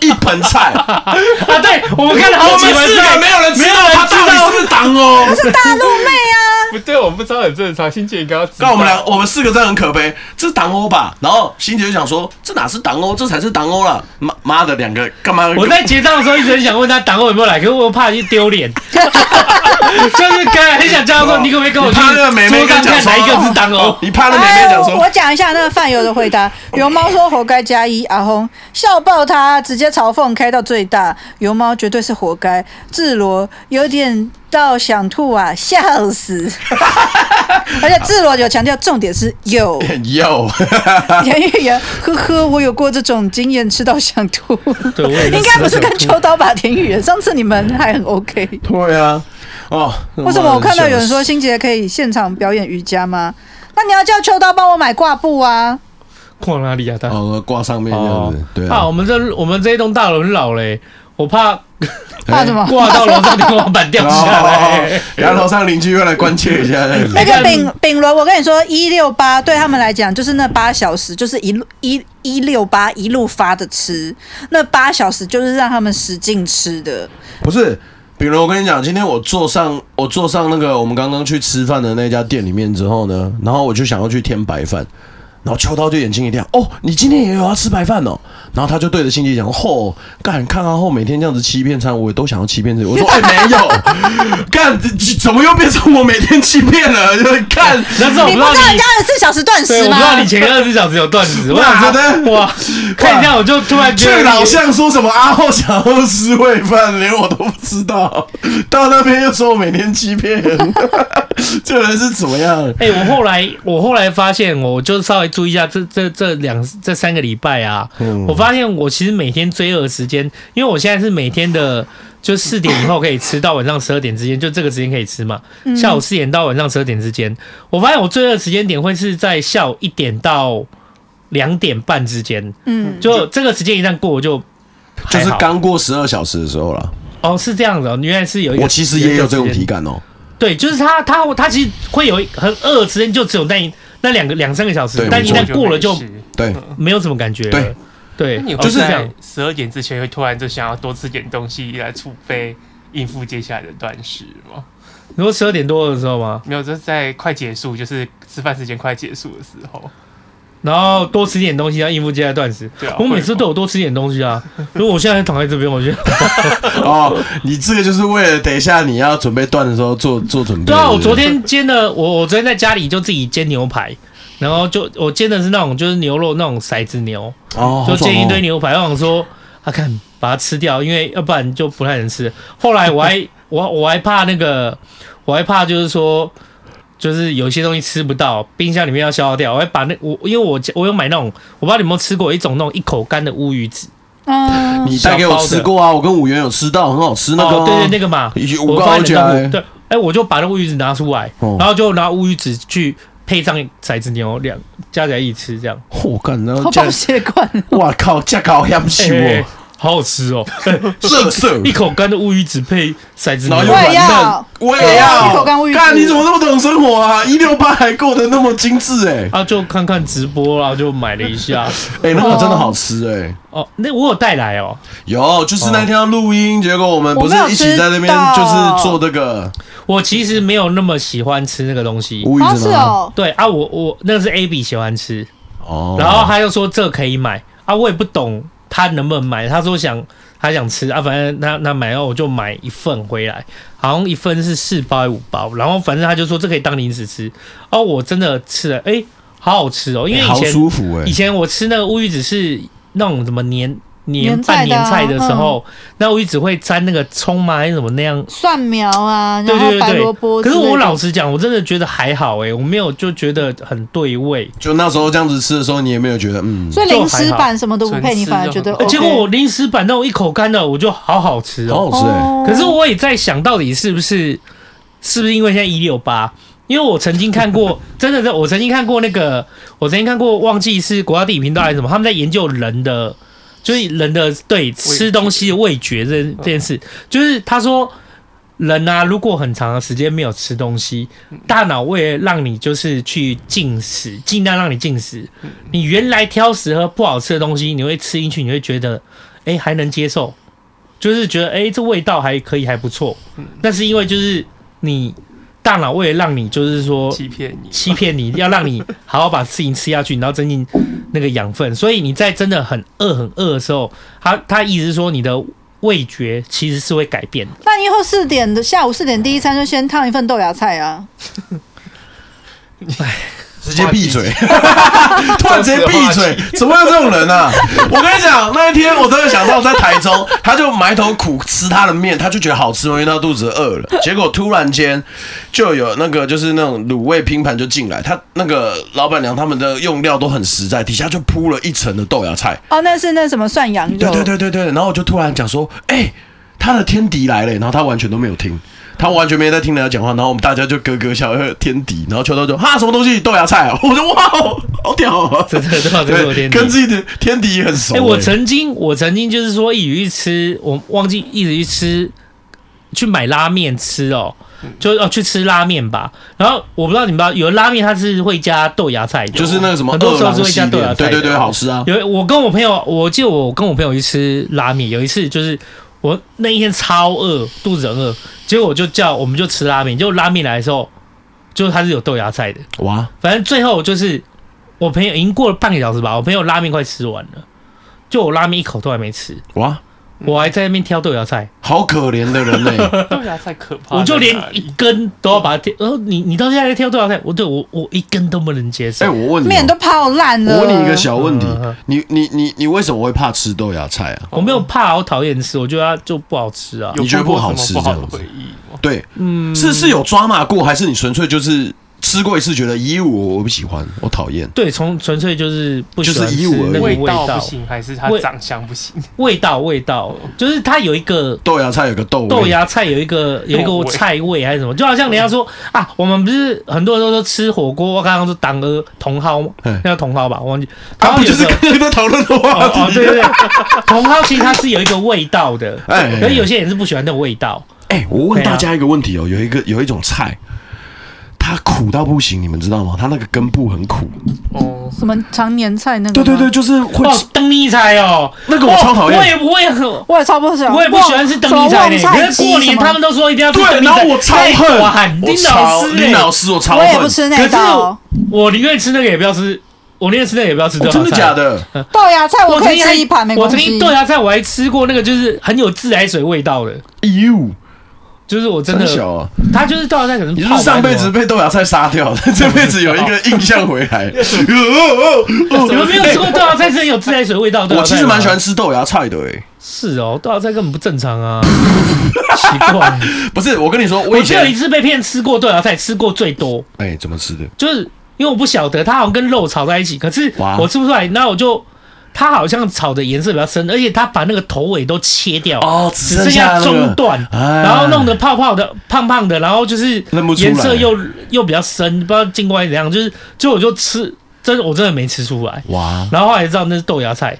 S3: 一盆菜，
S2: 啊？对，我们看了好
S3: 我
S2: 几
S3: 们
S2: 碗
S3: 四
S2: 菜
S3: 个，没有人知
S2: 没有
S3: 道
S2: 人
S3: 他
S2: 知
S3: 到底是不是党哦。
S4: 大陆妹啊，
S5: 不 <laughs> 对，我们不知道很正常。新姐应该要知道
S3: 那我们俩，我们四个真的很可悲，这是党欧吧？然后欣姐就想说，这哪是党欧，这才是党欧啦！妈妈的，两个干嘛？ <laughs>
S2: 我在结账的时候一直很想问他党欧有没有来，可是我又怕一丢
S3: <laughs>
S2: 脸，就是刚才很想叫他说，你可不可以跟我去
S3: 他那个妹妹
S2: 桌
S3: 跟
S2: 上
S3: 讲
S2: 看
S3: 说
S2: 哪一个是哦党欧？
S3: 你怕那妹
S4: 哎，
S3: 妹讲说，
S4: 我讲一下那个饭友的回答。 <laughs> 油猫说活该加一，阿红笑爆他，直接嘲讽开到最大。油猫绝对是活该，智罗有点到想吐啊，笑死。 <laughs> 而且智罗有强调，重点是有
S3: 哟，
S4: 言语言，呵呵，我有过这种经验，吃到想吐。
S2: 对，我也
S4: 应该不是跟
S2: 球
S4: 秋刀吧，田雨人。上次你们还很 OK，
S3: 对啊，哦，
S4: 为
S3: 为
S4: 什么我看到有人说欣杰可以现场表演瑜伽吗？那你要叫秋刀帮我买挂布啊！
S2: 逛哪里啊？他
S3: 哦挂上面这样子，对
S2: 啊，我们这我们这一栋大楼很老嘞，我
S3: <laughs>
S2: 怕
S4: 怕什么？
S2: 挂到楼上天花板掉下
S3: <laughs>
S2: 来。
S3: 然后楼上邻居又来关切一下，这样子
S4: 那个丙丙轮，我跟你说，一六八对他们来讲就是那八小时，就是一路一一六八一路发的吃，那八小时就是让他们使劲吃的。
S3: 不是。比如我跟你讲，今天我坐上我坐上那个我们刚刚去吃饭的那家店里面之后呢，然后我就想要去添白饭，然后秋刀就眼睛一亮，哦，你今天也有要吃白饭哦。然后他就对着心姐讲，吼、干，看阿后每天这样子欺骗餐，我也都想要欺骗自己。我说，哎、没有， <laughs> 干，怎么又变成我每天欺骗了？就是干，
S2: 那时候我
S4: 你
S2: 不
S4: 不
S2: 知道
S4: 知道人
S2: 你
S4: 家。二十四小时断
S2: 对，
S4: 食
S2: 我不知道
S4: 吗
S2: 你？前二十小时有段子，我想
S3: <laughs> 哇对
S2: 说哇，看一下我就突然觉得
S3: 去老巷说什么阿后想要吃喂饭，连我都不知道。到那边又说我每天欺骗 <laughs> 人，这人是怎么样？
S2: 哎、我后来我后来发现，我就稍微注意一下这这这两这三个礼拜啊，
S3: 嗯
S2: 我发现我其实每天追饿时间，因为我现在是每天的就四点以后可以吃到晚上十二点之间，就这个时间可以吃嘛，下午四点到晚上十二点之间，我发现我最饿时间点会是在下午一点到两点半之间，
S4: 嗯，
S2: 就这个时间一旦过我就
S3: 就
S2: 还
S3: 是
S2: 好
S3: 刚过十二小时的时候了。
S2: 哦是这样子哦，原来是有一个
S3: 我其实也有这种
S2: 有一个时间
S3: 体感哦。
S2: 对，就是他他他其实会有一很饿的时间，就只有那一那两个两三个小时
S3: 对，
S2: 但一
S3: 没
S2: 旦过了就
S3: 对，
S2: 没有什么感觉了。
S3: 对
S2: 对，
S5: 你
S2: 哦
S5: 就是
S2: 这样
S5: 在。十二点之前会突然就想要多吃点东西来储备应付接下来的断食吗？
S2: 你说十二点多的时候吗？
S5: 没有，就是在快结束，就是吃饭时间快结束的时候，
S2: 然后多吃点东西，啊要应付接下来断食。
S5: 对啊
S2: 我每次都有多吃点东西啊。如果我现在躺在这边，我觉得
S3: <laughs> 哦，你这个就是为了等一下你要准备断的时候做做准备。
S2: 对啊，我
S3: 是不是
S2: 昨天煎的，我我昨天在家里就自己煎牛排，然后就我煎的是那种就是牛肉那种骰子牛，
S3: 哦，
S2: 就
S3: 好爽
S2: 煎一
S3: 哦
S2: 堆牛排，我想说啊看把它吃掉，因为要不然就不太能吃。后来我
S3: <laughs>
S2: 还我我还怕那个，我还怕就是说。就是有些东西吃不到，冰箱里面要消耗掉。我还把那我因为我我有买那种，我不知道你有没有吃过一种那种一口干的乌鱼子，
S4: 嗯，
S3: 你带给我吃过啊，我跟五元有吃到，很好吃那个、
S2: 哦，对对，那个嘛，
S3: 嗯有
S2: 我
S3: 五
S2: 发
S3: 高
S2: 现那
S3: 加
S2: 个对，哎，我就把那乌鱼子拿出来，
S3: 哦
S2: 然后就拿乌鱼子去配上骰子牛两加起来一起吃，这样，
S3: 我哦干，然后
S4: 好
S3: 这
S4: 爆血管哦，
S3: 哇靠，价高要不起
S2: 哎
S3: 我，
S2: 好好吃
S3: <laughs>
S2: 哦，
S3: 色色
S2: 一，口干的乌鱼子配骰子
S3: 然后又
S2: 牛，
S4: 我
S3: 软
S4: 也
S3: 嫩
S4: 要，
S3: 我
S4: 我
S3: 也
S4: 也
S3: 要。
S4: 要一口干乌鱼子
S3: 干你怎么那么懂生活啊？一六八还过得那么精致哎、
S2: 啊，就看看直播啦，就买了一
S3: <laughs>
S2: 下，
S3: 哎、那个真的好吃哎、
S2: 哦，那我有带来哦，
S3: 有，就是那天要录音，结果我们
S4: 我
S3: 不是
S4: 没有
S3: 一起
S4: 吃
S3: 在那边
S4: 到
S3: 就是做那个
S2: 我其实没有那么喜欢吃那个东西。
S3: 乌鱼
S4: 啊
S3: 子
S4: 是
S3: 吗？
S4: 哦，
S2: 对啊，我我那个是 A B 喜欢吃，
S3: 哦
S2: 然后他又说这可以买啊，我也不懂他能不能买，他说想他想吃啊，反正那那买，然后我就买一份回来，好像一份是四包还是五包，然后反正他就说这可以当零食吃，哦，我真的吃了，哎、好好吃哦，因为
S3: 哎
S2: 以
S3: 好
S2: 前、
S3: 舒服哎、
S2: 以前我吃那个乌鱼子是那种什么年年
S4: 年菜
S2: 拌
S4: 的
S2: 年
S4: 啊
S2: 菜的时候，那乌鱼子会沾那个葱吗还是什么那样？
S4: 蒜苗啊，
S2: 对
S4: 然后
S2: 对
S4: 白
S2: 对
S4: 萝卜
S2: 对，可
S4: 之类
S2: 是
S4: 的，
S2: 我老实讲，我真的觉得还好哎、我没有就觉得很对味。
S3: 就那时候这样子吃的时候，你也没有觉得嗯，
S4: 所以零食版什么都不
S5: 就还
S4: 配，
S5: 好
S4: 你反而觉得
S5: 纯
S4: OK。
S2: 哎结果我零食版那种一口干的，我就好好吃哦。
S3: 好好吃哎、
S4: 哦
S2: 可是我也在想，到底是不是是不是因为现在一六八？因为我曾经看过，真的是我曾经看过那个，我曾经看过，忘记是国家地理频道还是什么，他们在研究人的，就是人的对吃东西的味觉这这件事，就是他说。人啊，如果很长的时间没有吃东西，大脑为了让你就是去进食，尽量让你进食，你原来挑食和不好吃的东西，你会吃进去，你会觉得，哎、还能接受，就是觉得哎、诶这味道还可以，还不错。
S3: 嗯
S2: 但是因为就是你大脑为了让你就是说
S5: 欺骗
S2: <laughs>
S5: 你，
S2: 欺骗你，要让你好好把事情吃下去，然后增进那个养分。所以你在真的很饿很饿的时候，他他意思是说你的味觉其实是会改变的。
S4: 那你以后四点的下午四点第一餐就先烫一份豆芽菜啊，
S3: 直接闭嘴， <laughs> 突然直接闭嘴，怎么会有这种人啊？我跟你讲，那一天我真的想到在台中，他就埋头苦吃他的面，他就觉得好吃，因为他肚子饿
S2: <laughs>
S3: 了。结果突然间就有那个就是那种卤味拼盘就进来，他那个老板娘他们的用料都很实在，底下就铺了一层的豆芽菜。
S4: 哦，那是那什么涮羊
S3: 对
S4: 肉，
S3: 对对对对，然后我就突然讲说，哎、他的天敌来了，然后他完全都没有听。他完全没在听人家讲话，然后我们大家就咯咯笑，呃天敌，然后秋刀就哈什么东西豆芽菜、啊， <laughs> 我说哇，好屌、啊，
S2: 这这这这是我
S3: 对，
S2: 天
S3: 跟自己的天敌很熟、欸
S2: 哎、我曾经我曾经就是说一直去吃，我忘记一直去吃，去买拉面吃哦，就哦去吃拉面吧。然后我不知道你们知道，有的拉面它是会加豆芽菜的，哦
S3: 就是那个什么
S2: 很多
S3: 二
S2: 时候
S3: 郎
S2: 是会
S3: 系
S2: 加豆
S3: 列
S2: 芽，菜
S3: 对
S2: 的，哦
S3: 对对，好吃啊。
S2: 有我跟我朋友，我记得我跟我朋友去吃拉面，有一次就是我那一天超饿，肚子很饿，结果我就叫我们就吃拉面，结果拉面来的时候，就它是有豆芽菜的，
S3: 哇，
S2: 反正最后就是我朋友已经过了半个小时吧，我朋友拉面快吃完了，就我拉面一口都还没吃，
S3: 哇，
S2: 我还在那边挑豆芽菜，
S3: 好可怜的人呢、欸
S2: <laughs>
S5: 豆芽菜啊可怕在哪里，
S2: 我就连一根都要把它挑，呃，你你到现在在挑豆芽菜，我对我我一根都不能接受。
S3: 哎、我问你哦、
S4: 面都泡烂了。
S3: 我问你一个小问题
S2: 嗯嗯嗯，
S3: 你你你你为什么会怕吃豆芽菜啊？
S2: 我没有怕，我讨厌吃，我觉得它就不好吃啊。
S5: 有
S3: 你觉得
S5: 过
S3: 不好
S5: 什
S3: 吃
S5: 么不好
S3: 这
S5: 的
S3: 样子
S5: 回忆吗？
S3: 对，嗯，是是有抓马过，还是你纯粹就是吃过一次觉得一五我不喜欢，我讨厌？
S2: 对，从纯粹就是不喜欢
S3: 就是以
S2: 吃
S3: 我
S2: 那
S3: 而已
S2: 个
S5: 味
S2: 味
S5: 道不
S2: 道，
S5: 行，还是它
S2: 味
S5: 长相不行？
S2: 味道，味道，就是它有一个
S3: 豆芽菜有个豆味
S2: 豆，芽菜有一个有一
S5: 豆
S2: 个
S5: 味
S2: 菜味还是什么，就好像人家说啊，我们不是很多人都说吃火锅，我刚刚说党鹅茼蒿吗
S3: 嗯，
S2: 那叫茼蒿吧，我忘记，
S3: 他
S2: 茼蒿
S3: 不
S2: 有
S3: 就是
S2: 个
S3: 刚刚在讨论的 <laughs>
S2: 哦
S3: 话
S2: 哦，
S3: 题
S2: 对？对对，茼蒿其实它是有一个味道的，
S3: 哎哎
S2: 可是有些人是不喜欢那种味道，
S3: 哎、我问
S2: 对啊
S3: 大家一个问题哦，有一个有一种菜，它苦到不行，你们知道吗？它那个根部很苦。
S5: 哦，
S4: 什么常年菜那个？
S3: 对对对，，就是会
S2: 哦
S3: 吃，
S2: 灯泥菜哦，
S3: 那个我超讨厌
S2: 我也我也很。
S4: 我也超不喜欢，
S2: 我也不喜欢吃灯泥菜
S4: 什
S2: 的，
S4: 么旺菜
S2: 可是
S4: 鸡
S2: 过年
S4: 什么
S2: 他们都说一定要吃
S3: 对，
S2: 灯泥
S3: 然
S2: 菜，
S3: 后我超恨，
S2: 我喊
S3: 我
S2: 丁
S3: 超
S2: 啊老师，欸
S3: 林老师，我超
S4: 我也不
S3: 恨。哦
S4: 吃
S2: 可
S4: 那
S2: 是
S4: 道。
S2: 我宁愿吃那个也不要吃我那个吃那个也不要吃豆芽菜，嗯
S3: 真的假？的？
S4: 豆芽啊菜我
S2: 我
S4: 可
S2: 曾
S4: 以
S2: 经
S4: 吃一盘，没
S2: 我啊
S4: 关
S2: 曾
S4: 系
S2: 经。豆芽菜我还吃过那个，就是很有自来水味道的，
S3: 哟，
S2: 就是我真
S3: 真
S2: 的，
S3: 小啊！
S2: 它就是豆芽菜可能
S3: 你是
S2: 泡
S3: 不是上
S2: 完了
S3: 辈子被豆芽菜杀
S2: <laughs>
S3: 掉的，这辈子有一个印象回来。 <laughs> 哦
S2: 你们没有吃过豆芽菜是很有自来水味道的豆啊
S3: 我
S2: 芽菜吗？
S3: 其实蛮喜欢吃豆芽菜的欸诶、
S2: 是哦，豆芽菜根本不正常
S3: <laughs>
S2: 啊，奇怪。
S3: 不是我跟你说，我
S2: 我
S3: 以
S2: 只
S3: 前
S2: 有一次被骗吃过豆芽菜，吃过最多，
S3: 哎、怎么吃的？
S2: 就是因为我不晓得它好像跟肉炒在一起，可是
S3: 哇
S2: 我吃不出来，那我就它好像炒的颜色比较深，而且它把那个头尾都切掉，
S3: 哦只
S2: 只
S3: 剩
S2: 剩
S3: 下
S2: 下
S3: 那个
S2: 中段，
S3: 哎
S2: 然后弄得泡泡的、胖胖的，然后就是
S3: 认不出来
S2: 颜色又又比较深，不知道进过来怎样，就是就我就吃，真的我真的没吃出来，
S3: 哇，
S2: 然后后来知道那是豆芽菜，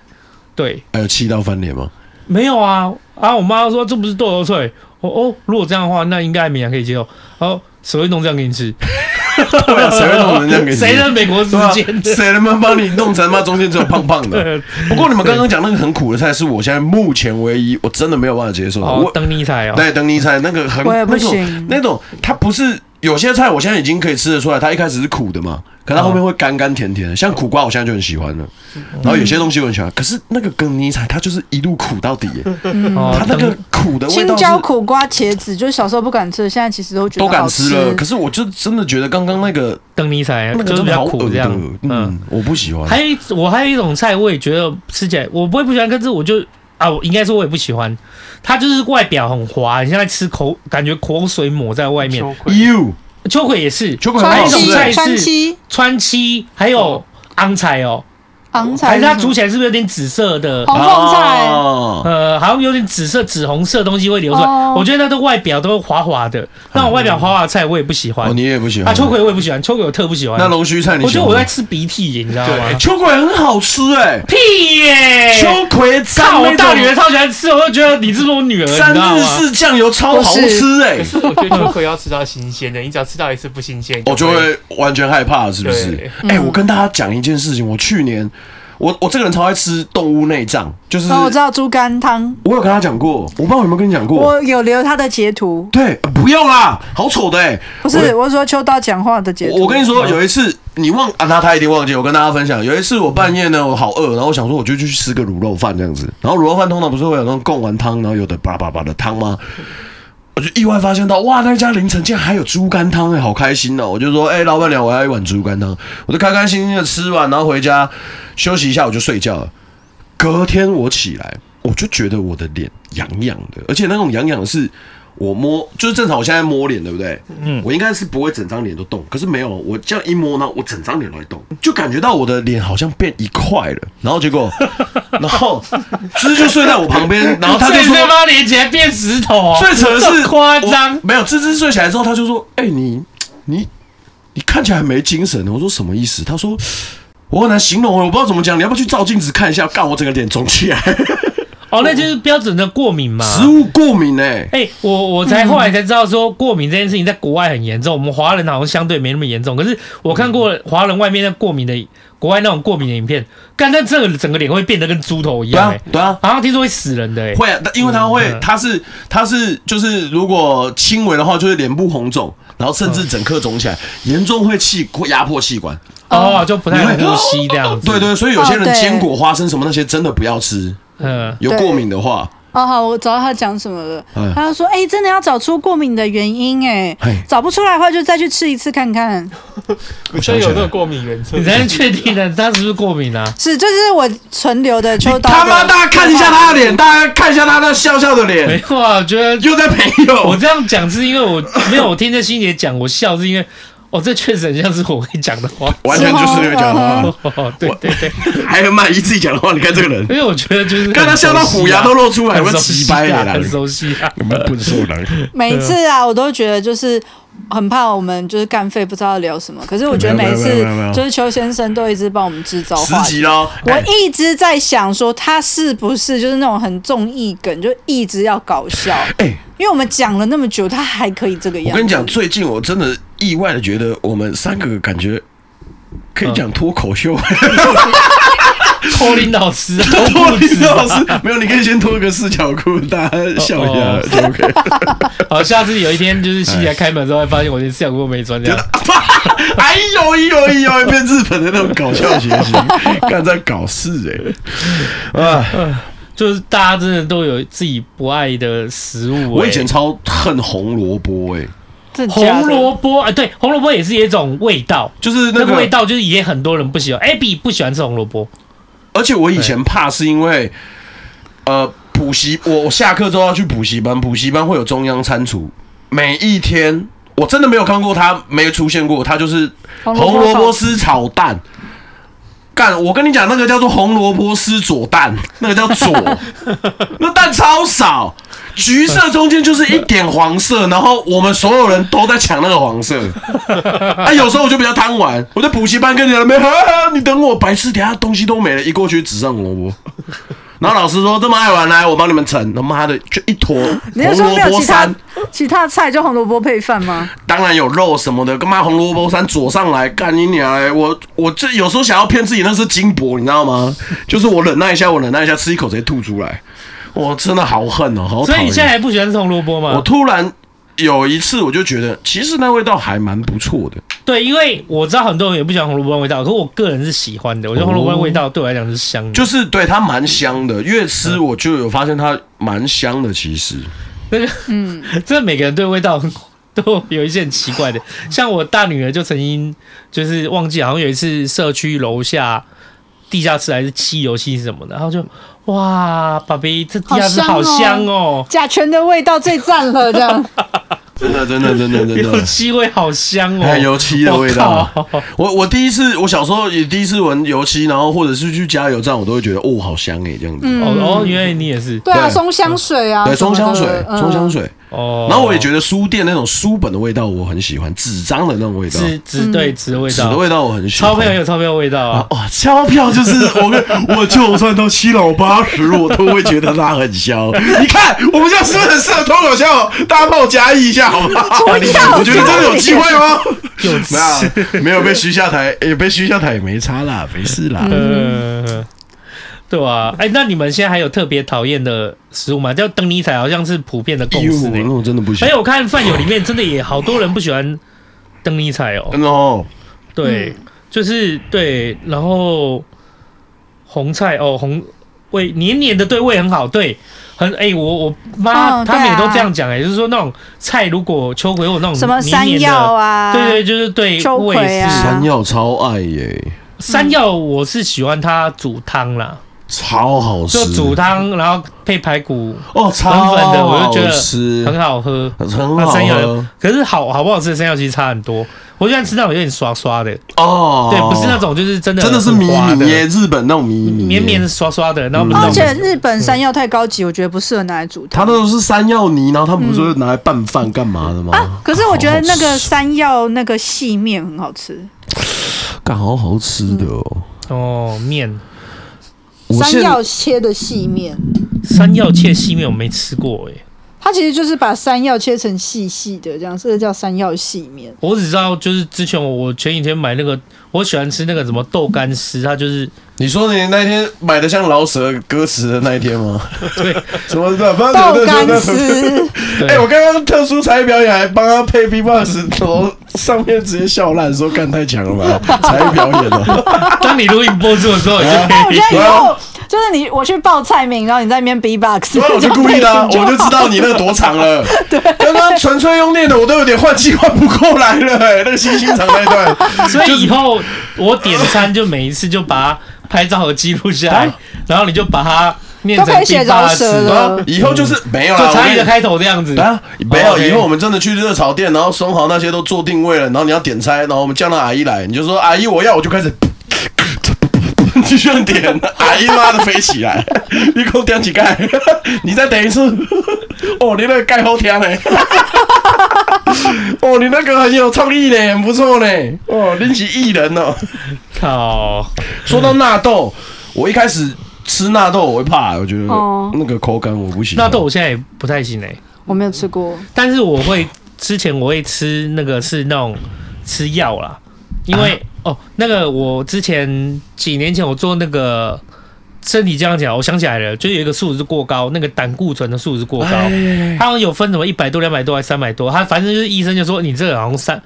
S2: 对，
S3: 还有气到翻
S2: <laughs>
S3: 脸吗？
S2: 没有啊啊！我妈说这不是豆芽菜，我哦，如果这样的话，那应该勉强可以接受。然后谁会弄这样给你吃？
S3: 对啊，谁会弄成这样给你？
S2: 谁在美国时
S3: 对啊
S2: 间？
S3: 谁他妈帮你弄成妈中间只有胖胖
S2: <laughs>
S3: 的？
S2: 对
S3: 不过你们刚刚讲那个很苦的菜，是我现在目前唯一我真的没有办法接受的。
S2: 哦
S3: 啊我，
S2: 等你猜哦。
S3: 对等你菜那个很
S4: 我也不
S3: 那种
S4: 行
S3: 那种，它不是有些菜我现在已经可以吃得出来，它一开始是苦的嘛，可它后
S4: 嗯
S3: 面会甘甘甜甜的。像苦瓜我现在就很喜欢了，然后有些东西我很喜欢，可是那个梗泥菜它就是一路苦到底耶，
S2: 哦，
S3: 它那个
S2: 等
S3: 苦的味
S4: 嗯青
S3: 道是
S4: 椒、苦瓜、茄子，就是小时候不敢吃，现在其实都觉得
S3: 都敢
S4: 好
S3: 吃
S4: 吃
S3: 了，可是我就真的觉得刚刚那个
S2: 等你猜，
S3: 那个
S2: 哎就是
S3: 真
S2: 比
S3: 的
S2: 较
S3: 好
S2: 苦
S3: 恶
S2: 这
S3: 的
S2: 样。，嗯
S3: 嗯，，我不喜欢。
S2: 还有一我还有一种菜，我也觉得吃起来我不会不喜欢，可是我就啊，我应该说我也不喜欢。它就是外表很滑，你像在吃口，感觉口水抹在外面。
S5: 秋葵
S3: you
S2: 秋葵也是，
S3: 秋葵很
S4: 川
S3: 好
S2: 还有一种
S3: 吃
S4: 七
S2: 菜
S3: 欸，
S2: 是
S4: 川七
S2: 川七还有昂菜哦，
S4: 昂菜
S2: 还
S4: 是
S2: 是
S4: 什么，
S2: 它煮起来是不是有点紫色的？
S4: 红凤菜，
S3: 哦
S2: 呃，好像有点紫色、紫红色的东西会流出来。
S4: 哦
S2: 我觉得它的外表都滑滑的，那种外表滑滑的菜我也不喜欢。
S3: 哦，你也不喜欢
S2: 啊，秋葵我也不喜欢，秋葵我特不喜欢。
S3: 那龙须菜你
S2: 我
S3: 喜
S2: 觉
S3: 欢
S2: 得
S3: 吗？
S2: 我在吃鼻涕耶，你知道吗
S5: 对？
S3: 秋葵很好吃哎，
S2: 屁耶！
S3: 秋葵蘸
S2: 操，我
S3: 那
S2: 大女儿
S3: 种
S2: 超喜欢吃，我就觉得你是不是我女儿，你知
S3: 三
S2: 道
S3: 日
S2: 吗？
S3: 式酱油超好吃哎
S5: 可，是我觉得秋葵要吃到新鲜的，你只要吃到一次不新鲜，
S3: 我就会完全害怕，是不是
S5: 对？
S3: 哎，我跟大家讲一件事情，我去年我我这个人超爱吃动物内脏，就是
S4: 然后我知道猪肝汤，
S3: 我有跟他讲过，我不知道有没有跟你讲过。
S4: 我有留他的截图，
S3: 对，呃不用啦，好丑的哎！
S4: 不是，我是说秋刀讲话的截
S3: 我
S4: 图。
S3: 我跟你说，有一次你忘啊，那他一定忘记。我跟大家分享，有一次我半夜呢，我好饿，然后我想说我就去吃个卤肉饭这样子。然后卤肉饭通常不是会有那种贡丸汤，然后有的叭叭叭的汤吗？我就意外发现到，哇，那家凌晨竟然还有猪肝汤，哎，好开心哦！我就说，哎、老板娘，我要一碗猪肝汤。我就开开心心的吃完，然后回家休息一下，我就睡觉了。隔天我起来，我就觉得我的脸痒痒的，而且那种痒痒是。我摸就是正常，我现在摸脸对不对？嗯，我应该是不会整张脸都动，可是没有，我这样一摸呢，我整张脸都在动，就感觉到我的脸好像变一块了。然后结果，然后芝就睡在我旁边，然后他就
S2: 所
S3: 说
S2: 以这帮连起来变石头哦，
S3: 最扯的
S2: <laughs>
S3: 是
S2: 这夸张
S3: 我。没有，芝芝睡起来之后，他就说：“哎、你你你看起来没精神。”我说：“什么意思？”他说：“我很难形容，哦我不知道怎么讲，你要不要去照镜子看一下？”干，我整个脸肿起来，
S2: 哦，那就是标准的过敏嘛。
S3: 食物过敏哎、
S2: 哎、我我才后来才知道说过敏这件事情在国外很严重，我们华人好像相对没那么严重。可是我看过华人外面那过敏的国外那种过敏的影片，干那这个整个脸会变得跟猪头一
S3: 对
S2: 样、
S3: 啊
S2: 欸，，
S3: 对啊。
S2: 好像听说会死人的、欸，
S3: 会啊，但因为他会
S2: 嗯，
S3: 他是他是就是，如果轻微的话，就是脸部红肿，然后甚至整颗肿起来，严重会气会压迫气管。
S2: 哦，就不太
S3: 你会
S2: 能呼吸这样子。
S3: 对，对，所以有些
S4: 哦
S3: 人
S4: 对
S3: 坚果、花生什么那些真的不要吃，
S2: 嗯、
S3: 有
S4: 对
S3: 过敏的话，
S4: 哦，好，我找到他讲什么了
S3: 嗯。
S4: 他就说：“哎、真的要找出过敏的原因、
S3: 嘿
S4: 哎，找不出来的话就再去吃一次看看。
S5: 我觉得有那个过敏原测
S2: 你，才能确定的他是不是过敏啊？
S4: 是，这是我存留的秋刀。
S3: 他妈，大家看一下他的脸，大家看一下他那笑笑的
S2: 没
S3: 脸，
S2: 有啊，我觉得
S3: 又在朋友
S2: 我。这样讲是因为我没有我听着欣姐讲，我笑是因为哦，这确实很像是我会讲的话。
S3: 完全就是那个讲的
S2: 哦，对对对，
S3: 话，还有满意自己讲的话。你看
S2: <laughs>
S3: 这个人
S2: 因，为我觉得就是
S3: 看他笑到虎牙都露出来，
S2: 啊很
S3: 我
S2: 熟
S3: 奇
S2: 悉
S3: 掰了
S2: 啊，
S3: 啦。
S2: 很熟悉啊。
S3: 你们不是人，
S4: 每一次啊，我都觉得就是很怕我们就是干废，不知道聊什么。可是我觉得每一
S3: 没有没
S4: 次
S3: 有没有没有
S4: 就是邱先生都一直帮我们制造
S3: 十
S4: 话题。
S3: 级喽。
S4: 我一直在想说他是不是就是那种很综艺梗，就一直要搞笑。
S3: 哎
S4: 因为我们讲了那么久，他还可以这个样子。
S3: 我跟你讲，最近我真的意外的觉得我们三个感觉可以讲脱口秀。
S2: 托林老
S3: <laughs>
S2: 师啊，
S3: 脱离老师没有，你可以先脱一个四角裤，大家笑一下
S2: 哦
S3: 就 OK。
S2: 好，下次有一天就是西来开门之后，会发现我连四角裤都没穿，这样
S3: 哎呦哎呦哎呦，变日本的那种搞笑谐星，干在搞事哎、啊！
S2: 就是大家真的都有自己不爱的食物欸、
S3: 我以前超恨红萝卜哎，
S4: 真的假
S2: 红
S4: 的
S2: 萝卜啊，对，红萝卜也是一种味道，
S3: 就是
S2: 那
S3: 那
S2: 个
S3: 个
S2: 味，道就是也很多人不喜欢。Abby 不喜欢吃红萝卜，
S3: 而且我以前怕是因为，呃，补习我我下课之后要去补习班，补习班会有中央餐厨，每一天我真的没有看过他没出现过，他就是
S4: 红萝
S3: 红
S4: 卜
S3: 萝
S4: 炒
S3: 卜丝炒蛋。干，我跟你讲，那个叫做红萝卜丝佐蛋，那个叫
S4: <laughs>
S3: 佐，那蛋超少，橘色中间就是一点黄色，然后我们所有人都在抢那个黄
S2: <laughs>
S3: 色。啊，有时候我就比较贪玩，我在补习班跟你讲没，哈哈你等我，白痴，等一下东西都没了，一过去只剩红萝卜。然后老师说这么爱玩，来我帮你们盛，他妈的就一坨
S4: 你是
S3: 红
S4: 说
S3: 萝
S4: 没有
S3: 卜
S4: 其他
S3: 三。
S4: 其他菜就红萝卜配饭吗？
S3: 当然有肉什么的，干嘛红萝卜山左上来干你娘、欸！我我这有时候想要骗自己那是金箔，你知道吗？就是我忍耐一下，我忍耐一下，吃一口直接吐出来，我真的好恨哦、好讨
S2: 所以你
S3: 厌。
S2: 现在还不喜欢吃红萝卜
S3: 我
S2: 吗？
S3: 突然有一次，我就觉得其实那味道还蛮不错的。
S2: 对，因为我知道很多人也不喜欢红萝卜的味道，可我个人是喜欢的。我觉得红萝卜的味道对我来讲是香的，
S3: 哦就是对它蛮香的，越吃我就有发现它蛮香的。其实
S2: 那个，嗯， <laughs> 真的每个人对味道 <laughs> 都有一些很奇怪的。像我大女儿就曾经 <laughs> 就是忘记，好像有一次社区楼下地下室还是七楼七什么的，然后就哇，爸比这地下室好
S4: 好香哦
S2: 香哦，
S4: 甲醛的味道最赞了，这样
S3: 真的真的
S2: <laughs>
S3: 真的真
S2: 有
S3: 的，哎
S2: 气味好香哦，
S3: 看油漆的味道。
S2: 我靠
S3: 我我第一次，我小时候也第一次闻油漆，然后或者是去加油站，我都会觉得哦，好香哎，这样子。
S2: 哦哦，原来你也是
S4: 对啊，
S3: 对
S4: 松香水啊，
S3: 对，
S4: 什么
S3: 松香
S4: 的
S3: 水，松香。水。
S2: 嗯哦。
S3: 然后我也觉得书店那种书本的味道我很喜欢，纸张的那种味道，
S2: 纸纸对纸的味
S3: 纸的
S2: 道，
S3: 嗯味道我很喜欢。
S2: 钞票也有钞票的味道啊。
S3: 哇，钞哦票就是我跟，我就算到七老八十，我都会觉得它很
S2: <laughs>
S3: 香。你看，我们这样是不是很适合脱口秀？大家帮我加一一下，好吗？我觉得真的有机会吗？那没有被徐下台，也被徐下台也没差啦，没事啦。
S2: 呃，对啊，哎、那你们现在还有特别讨厌的食物吗？叫灯尼彩，好像是普遍的
S3: 哎
S2: 共
S3: 呦，
S2: 识呢、 <laughs>
S3: 那我真的不行
S2: 哎、，我看饭友里面真的也好多人不喜欢灯尼彩哦
S4: 嗯
S3: 真。的哦。
S2: 对，就是对，然后红菜哦，红味黏黏的，对味很好，对。很哎、我我妈、
S4: 哦
S2: 他们也
S4: 对啊
S2: 都这样讲哎、就是说那种菜如果秋葵有那种
S4: 什么山
S2: 黏黏的
S4: 药啊？
S2: 对对，就是对
S4: 秋
S2: 味
S4: 葵
S2: 是、
S4: 啊
S3: 山药超爱耶，
S2: 山药，我是喜欢它煮汤啦，
S3: 超好吃
S2: 就，煮汤，然后配排骨，
S3: 哦，超
S2: 粉的我
S3: 好
S2: 就觉得
S3: 吃，
S2: 很好喝。
S3: 很
S2: 那
S3: 好
S2: 山药
S3: 喝
S2: 可是好好不好吃的山药其实差很多。我喜欢吃那种有点刷刷的，
S3: 哦。
S2: 对，不是那种就是真的
S3: 真的是迷
S2: 很滑
S3: 你
S2: 的
S3: 耶，嗯日本那种迷你耶
S2: 绵绵刷刷的，然后不是
S4: 而
S2: 那
S4: 且
S2: 种
S4: 日本山药太高级，我觉得不适合拿来煮
S3: 它
S4: 汤。
S3: 那种是山药泥，然后他们不是会拿来拌饭干嘛的吗？
S4: 可是我觉得那
S3: 好好
S4: 个
S3: 吃
S4: 山药那个细面很好吃，
S3: 干好好吃的哦。
S2: 哦面
S3: 我
S4: 山
S3: 现
S4: 药切的细面，
S2: 山药切细面我没吃过哎、
S4: 它其实就是把山药切成细细的这样，这个叫山药细
S2: <laughs>
S4: 面。
S2: 我只知道就是之前我我前几天买那个我喜欢吃那个什么豆干丝，它就是
S3: 你说你那天买的像老舍歌词的那一天吗？
S2: 对
S3: <laughs> 什么的，反正
S4: 豆干。
S2: <laughs>
S4: 丝，
S2: 对
S3: <laughs> 哎、我刚刚特殊才艺表演还帮他配 B-box，头上面直接笑烂，说干太强了吧，才艺表演的。
S2: 当你录音播出的时候，你就可以
S4: 哎我觉得以
S3: 啊
S4: 后就是你我去报菜名，然后你在那边 B box，
S2: <laughs>
S3: 所以我是故意的啊、我就知道你那多长了。对，刚刚纯粹用念的，我都有点换气换不过来了、哎那个星星长那一段，
S2: 所以以后我点餐就每一次就把它拍照和记录下
S3: 哎
S2: 来，然后你就把它念
S4: 都
S2: 成
S4: 可以写
S2: 第八
S4: 饶舌
S2: 次 <laughs>
S4: 了
S3: 啊以后就是没有
S2: 就
S3: 了。
S2: 茶
S3: 我
S2: 语
S3: 跟
S2: 的
S3: 你
S2: 开头这样子。
S3: 啊，没有，
S2: 哦，OK
S3: 以后我们真的去热炒店，然后松豪那些都做定位了，然后你要点菜，然后我们叫那阿姨来，你就说阿姨我要，我就开始。 <laughs> 就这样点，阿姨妈的飞起来， <laughs> 你给我点几盖，你再点一次， <laughs> 哦，你那个盖好听嘞， <laughs> 哦，你那个很有创意嘞，很不错嘞，哦，你是艺人哦。
S2: 靠，
S3: 说到纳豆，我一开始吃纳豆我会怕，我觉得
S4: 哦
S3: 那个口感我不喜欢。
S2: 纳豆我现在也不太行哎、
S4: <laughs> 我没有吃过，
S2: 但是我会之前我会吃那个是那种吃
S3: 啊
S2: 药啦，因为、哦那个我之前几年前我做那个身体这样讲，我想起来了，就是有一个数值过高，那个胆固醇的数值过高，
S3: 哎
S2: 它好像有分什么一百多、两百多还是三百多，他反正就是医生就说你这个好像三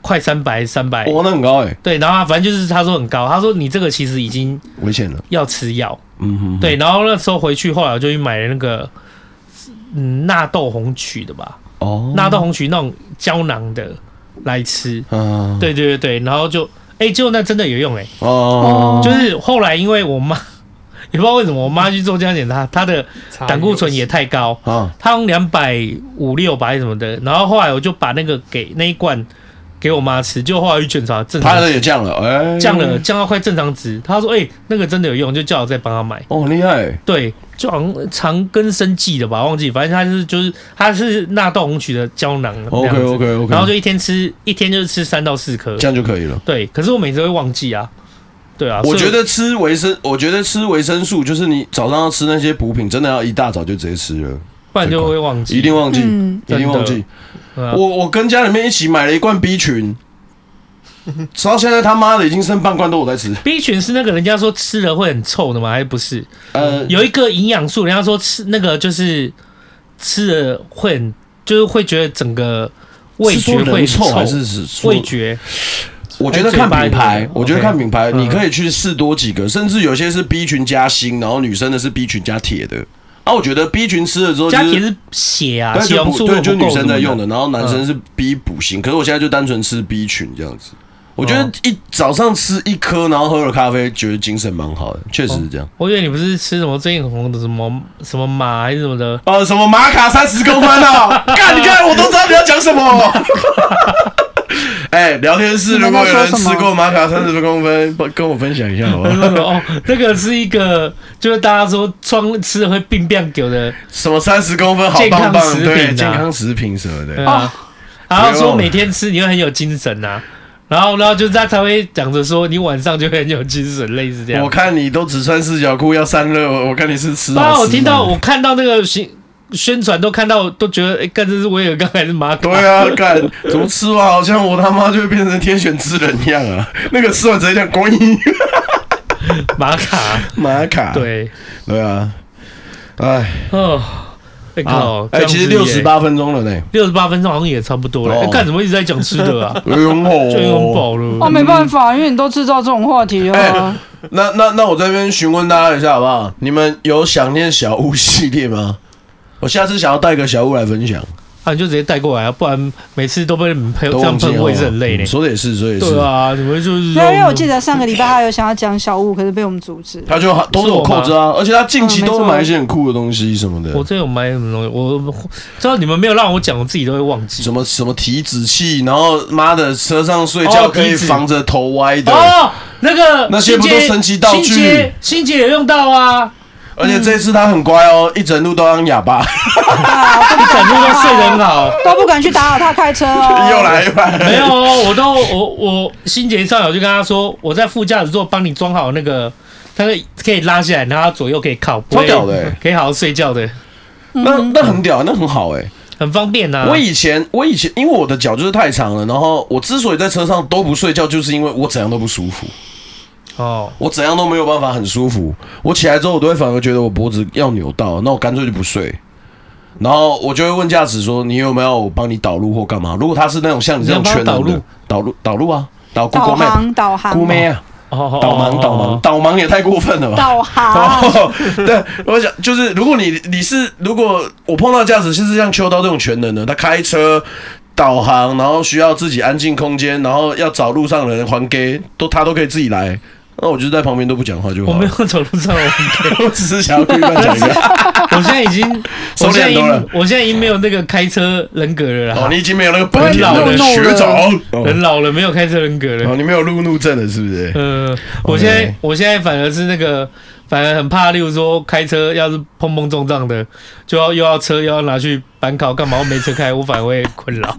S2: 快三百、三百，
S3: 哇，那很高哎，
S2: 对，然后他反正就是他说很高，他说你这个其实已经
S3: 危险了。
S2: 要吃药，
S3: 嗯哼，
S2: 对，然后那时候回去，后来我就去买了那个嗯纳豆红曲的吧，
S3: 哦，
S2: 纳豆红曲那种胶囊的来吃，
S3: 嗯，
S2: 对对对对，然后就哎、结果那真的有用哎、
S3: 哦，
S2: 就是后来因为我妈 <laughs> 也不知道为什么我妈去做健康检查，她的胆固醇也太高，
S3: 啊，
S2: 她用两百五六百什么的，然后后来我就把那个给那一罐给我妈吃，就后来去检查正
S3: 他
S2: 常
S3: 的
S2: 值
S3: 也降了，哎，
S2: 降了，降到快正常值，她说哎、那个真的有用，就叫我再帮她买。
S3: 哦，很厉害，
S2: 对，就好像长根生计的吧，忘记，反正它是就是它是纳豆红曲的胶囊
S3: OK OK OK，
S2: 然后就一天吃一天就是吃三到四颗
S3: 这，样就可以了。
S2: 对，可是我每次会忘记啊，对啊，
S3: 我
S2: 所以
S3: 觉得吃维生，我觉得吃维生素就是你早上要吃那些补品，真的要一大早就直接吃了，
S2: 不然就会忘记，
S3: 一定忘记，
S4: 嗯
S3: 一定忘
S2: 真的。
S3: 记
S2: 对啊
S3: 我我跟家里面一起买了一罐
S2: <laughs>
S3: B 群，直到现在他妈的已经剩半罐都我在吃。
S2: B 群是那个人家说吃了会很臭的吗？还是不是？
S3: 呃，
S2: 有一个营养素，人家说吃那个就是吃了会很，就是会觉得整个味
S3: 是说
S2: 觉
S3: 人
S2: 会很
S3: 臭还是是说
S2: 味觉？
S3: 我觉得看品
S2: 还是嘴
S3: 牌
S2: 巴，
S3: 我觉得
S2: OK
S3: 看品牌，
S2: 嗯
S3: 你可以去试多几个，甚至有些是 B 群加锌，然后女生的是 B 群加铁的。啊，我觉得 B 群吃了之后就
S2: 加
S3: 是
S2: 铁是血啊，
S3: 对
S2: 血
S3: 就
S2: 红
S3: 补
S2: 素
S3: 对，就
S2: 如果
S3: 女
S2: 不够
S3: 生在用的，
S2: 什么
S3: 然后男生是 B 补锌，可是我现在就单纯吃 B 群这样子。我觉得一早上吃一颗，然后喝了咖啡，觉得精神蛮好的，确实是这样。
S2: 我以为你不是吃什么最近很红的什么什么马还是什么的，
S3: 呃，什么玛卡三十公分 <laughs> 啊？看，你看，我都知道你要讲什 <laughs> 么。哎，聊天室如果有人吃过玛卡三十公分，不跟我分享一下好不好？
S2: 哦，那个是一个就是大家说装吃了会病变狗的，
S3: 什么三十公分好棒
S2: 健康食
S3: 棒，
S2: 品
S3: 对，
S2: 啊
S3: 健康食品什么
S2: 对
S3: 的。
S2: 啊，然后说每天吃你会很有精神啊，然后然后就是他才会讲着说你晚上就会很有精神，类似这样
S3: 我。看你都只穿四角裤要散热，我我看你是吃好吃
S2: <laughs> 啊，
S3: 的。
S2: 我听到我看到那个宣宣传都看到都觉得，哎，干这是威尔刚还是马可？
S3: 对啊， <laughs> 干怎么吃完好像我他妈就会变成天选之人一样啊！ <laughs> 那个吃完直接讲光阴
S2: 马
S3: <laughs>
S2: 卡，啊
S3: 玛卡，
S2: 对，
S3: 对啊，哎
S2: 哦，哎靠
S3: 啊，，哎，其实六十八分钟了呢，
S2: 六十八分钟好像也差不多了，
S3: 哦
S2: 哎干什么一直在讲吃的
S3: <laughs>
S2: 啊？
S3: 哎呦
S2: <laughs> 就用饱了。
S6: 哦，没办法，因为你都制造这种话题
S3: 哎
S4: 嗯
S6: 啊。
S3: 那那那我这边询问大家一下好不好？你们有想念小屋系列吗？我下次想要带个小屋来分享，
S2: 啊，你就直接带过来啊，不然每次都被你们喷
S3: 都
S2: 这样
S3: 忘记
S2: 喷，
S3: 了
S2: 我也是很累呢
S3: 嗯。说的也是，说的也是
S2: 对，啊，你们就是
S6: 没有，因为我记
S2: 得
S6: 得上个礼拜他有想要讲小物，可是被我们阻止。
S3: 他就都是我扣着啊，而且他近
S6: 嗯
S3: 期
S6: 没
S3: 都
S6: 错
S3: 买一些很酷的东西什么的
S2: 我，这有买什么东西，我知道你们没有让我讲，我自己都会忘记。
S3: 什么什么体脂器，然后妈的车上睡觉
S2: 哦
S3: 可以
S2: 体脂
S3: 防着头歪的。
S2: 哦，那个
S3: 那些不都
S2: 新街
S3: 神奇道具
S2: 新街新街也用到啊，
S3: 而且这次他很乖哦，一整路都当哑巴，
S2: 一整路都睡得很
S3: <laughs>
S2: 好。
S6: 都不敢去打扰他开车
S2: <laughs>
S6: 哦。
S3: 又来又来。
S2: 没有，哦，我都我我新杰一上来我就跟他说，我在副驾驶座帮你装好那个，那个可以拉下来，然后它左右可以靠，不
S3: 超
S2: 会
S3: 屌的欸
S2: 可以好好睡觉的，嗯
S3: 那那很屌，那很好哎、
S2: 很方便啊呐。
S3: 我以前我以前因为我的脚就是太长了，然后我之所以在车上都不睡觉，就是因为我怎样都不舒服，
S2: 哦，
S3: 我怎样都没有办法很舒服。我起来之后，我都会反而觉得我脖子要扭到，那我干脆就不睡。然后我就会问驾驶说：“你有没有我帮你导路或干嘛？”如果他是那种像你这种
S2: 你要
S3: 全
S2: 帮他
S3: 能的导路导路啊，导 Google
S6: 导
S3: Map、
S6: 航，导航，
S3: 姑妹啊，
S2: 哦，
S3: 导盲导盲导盲也太过分了吧？
S6: 导航。
S3: 哦， <laughs> 对，我想就是，如果你你是如果我碰到驾驶就是像秋刀这种全能的，他开车导航，然后需要自己安静空间，然后要找路上的人还给，都他都可以自己来。那我就在旁边都不讲话就
S2: 我
S3: 好
S2: 没
S3: 了。
S2: 有走路上，
S3: <laughs>
S2: 我
S3: 我只是想要故意乱讲一下。
S2: 我现在已经，
S3: 收
S2: 我现
S3: 敛
S2: 在已
S3: 多了
S2: 经，我现在已经没有那个开车人格了
S3: 哦，
S2: 啦，
S3: 你已经没有那个本田
S2: 我
S3: 的
S2: 也
S6: 老了
S3: 学长，
S2: 人
S3: 哦
S2: 老了没有开车人格了
S3: 哦，。你没有路怒症了是不是？ <laughs>
S2: 呃，我
S3: OK
S2: 现在我现在反而是那个，反而很怕，例如说开车要是碰碰撞撞的，就要又要车又要拿去板考干嘛？我没车开，我反而会困扰。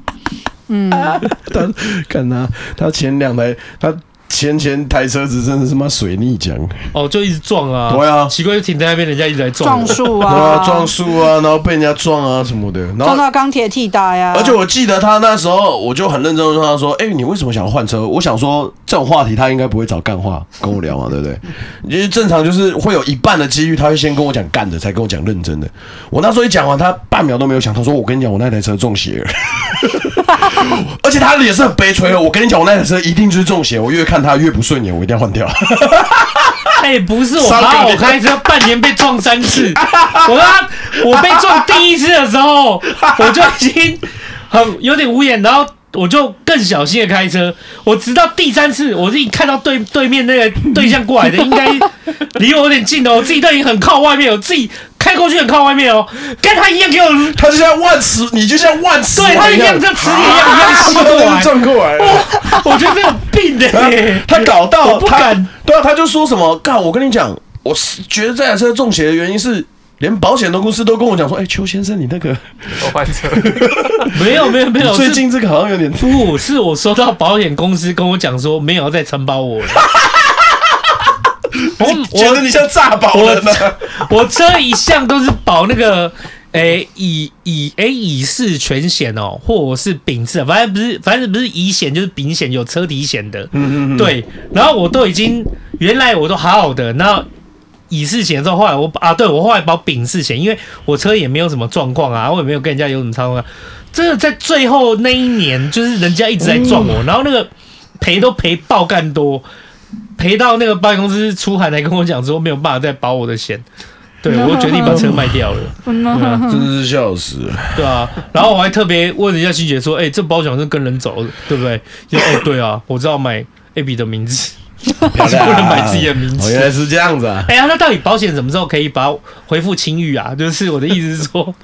S6: 嗯，
S3: 啊他看他，他前两台他前前台车子真的是妈水逆奖，
S2: 哦，就一直撞啊，
S3: 对啊
S2: 奇怪就停在那边，人家一直来撞
S4: 撞
S2: 我，
S4: 树
S3: 对
S2: 哦
S3: 啊，
S4: 啊，
S3: 撞树啊，然后被人家撞啊什么的，然
S4: 撞
S3: 后。
S4: 到钢铁替啊打呀。
S2: 啊
S3: 而且我记得他那时候，我就很认真地问他说：“哎、你为什么想要换车？”我想说这种话题他应该不会找干话跟我聊嘛，对不
S2: <laughs>
S3: 对？因为正常就是会有一半的机遇，他会先跟我讲干的，才跟我讲认真的。我那时候一讲完，他半秒都没有想，他说：“我跟你讲，我那台车
S2: <laughs>
S3: 中邪了。”而且他的脸是很悲催哦。我跟你讲，我那台车一定就是中邪，我越看他越不顺眼，我一定要换
S2: <laughs>
S3: 掉。
S2: 哎、不是我
S3: 三个
S2: 妈，我
S3: 点
S2: 开车半年被撞三次，我妈我被撞第一次的时候，我就已经很有点无言，然后我就更小心的开车，我直到第三次，我自己看到对对面那个对象过来的，应该离我有点近的，我自己都已经很靠外面，我自己开过去很靠外面哦，跟他一样给我，
S3: 他就像万磁，你就像万磁王
S2: 对他一样，像磁铁一
S3: <laughs>
S2: 样一样吸过
S3: 啊
S2: 来，
S3: 撞过
S2: <laughs>
S3: 来了。
S2: 我觉得这有病
S3: <laughs>
S2: 的、
S3: 他
S2: 欸，
S3: 啊他搞到
S2: 我不
S3: 他
S2: 敢
S3: 对啊，他就说什么干，我跟你讲，我是觉得这台车中邪的原因是。连保险的公司都跟我讲说：“哎、邱先生，你
S2: <laughs>
S3: 那个
S5: 我换车，
S2: 没有没有没有，
S3: 最
S2: 是
S3: 近这个好像有点……
S2: 不是我收到保险公司跟我讲说没有要再承保我了。
S3: <laughs>
S2: 我
S3: 觉得你像诈保人呢、啊。
S2: 我我车一向都是保那个，诶、乙乙诶、乙式全险哦，或者是丙式，啊反正不是反正不是乙险就是丙险，有车体险的。
S3: 嗯嗯嗯，
S2: 对，然后我都已经原来我都好好的，然后乙式险之后，后来我啊，对我后来保丙式险，因为我车也没有什么状况啊，我也没有跟人家有什么状况、啊，真的在最后那一年，就是人家一直在撞我，然后那个赔都赔爆干多，赔到那个保险公司出函来跟我讲说没有办法再保我的险。对，我就决定把车卖掉了，对啊
S3: 真是笑死
S2: <laughs>
S3: 了。
S2: 对啊。然后我还特别问了一下欣姐说：“哎、这保险是跟人走的，对不对？”就哦，对啊，我知道买 A B 的名字。
S3: 漂亮啊
S2: 不能买自己的名字
S3: 哦原来是这样子
S2: <laughs>
S3: 啊！
S2: 哎呀，那到底保险什么时候可以把它恢复清誉啊？就是我的意思是 <laughs> 说，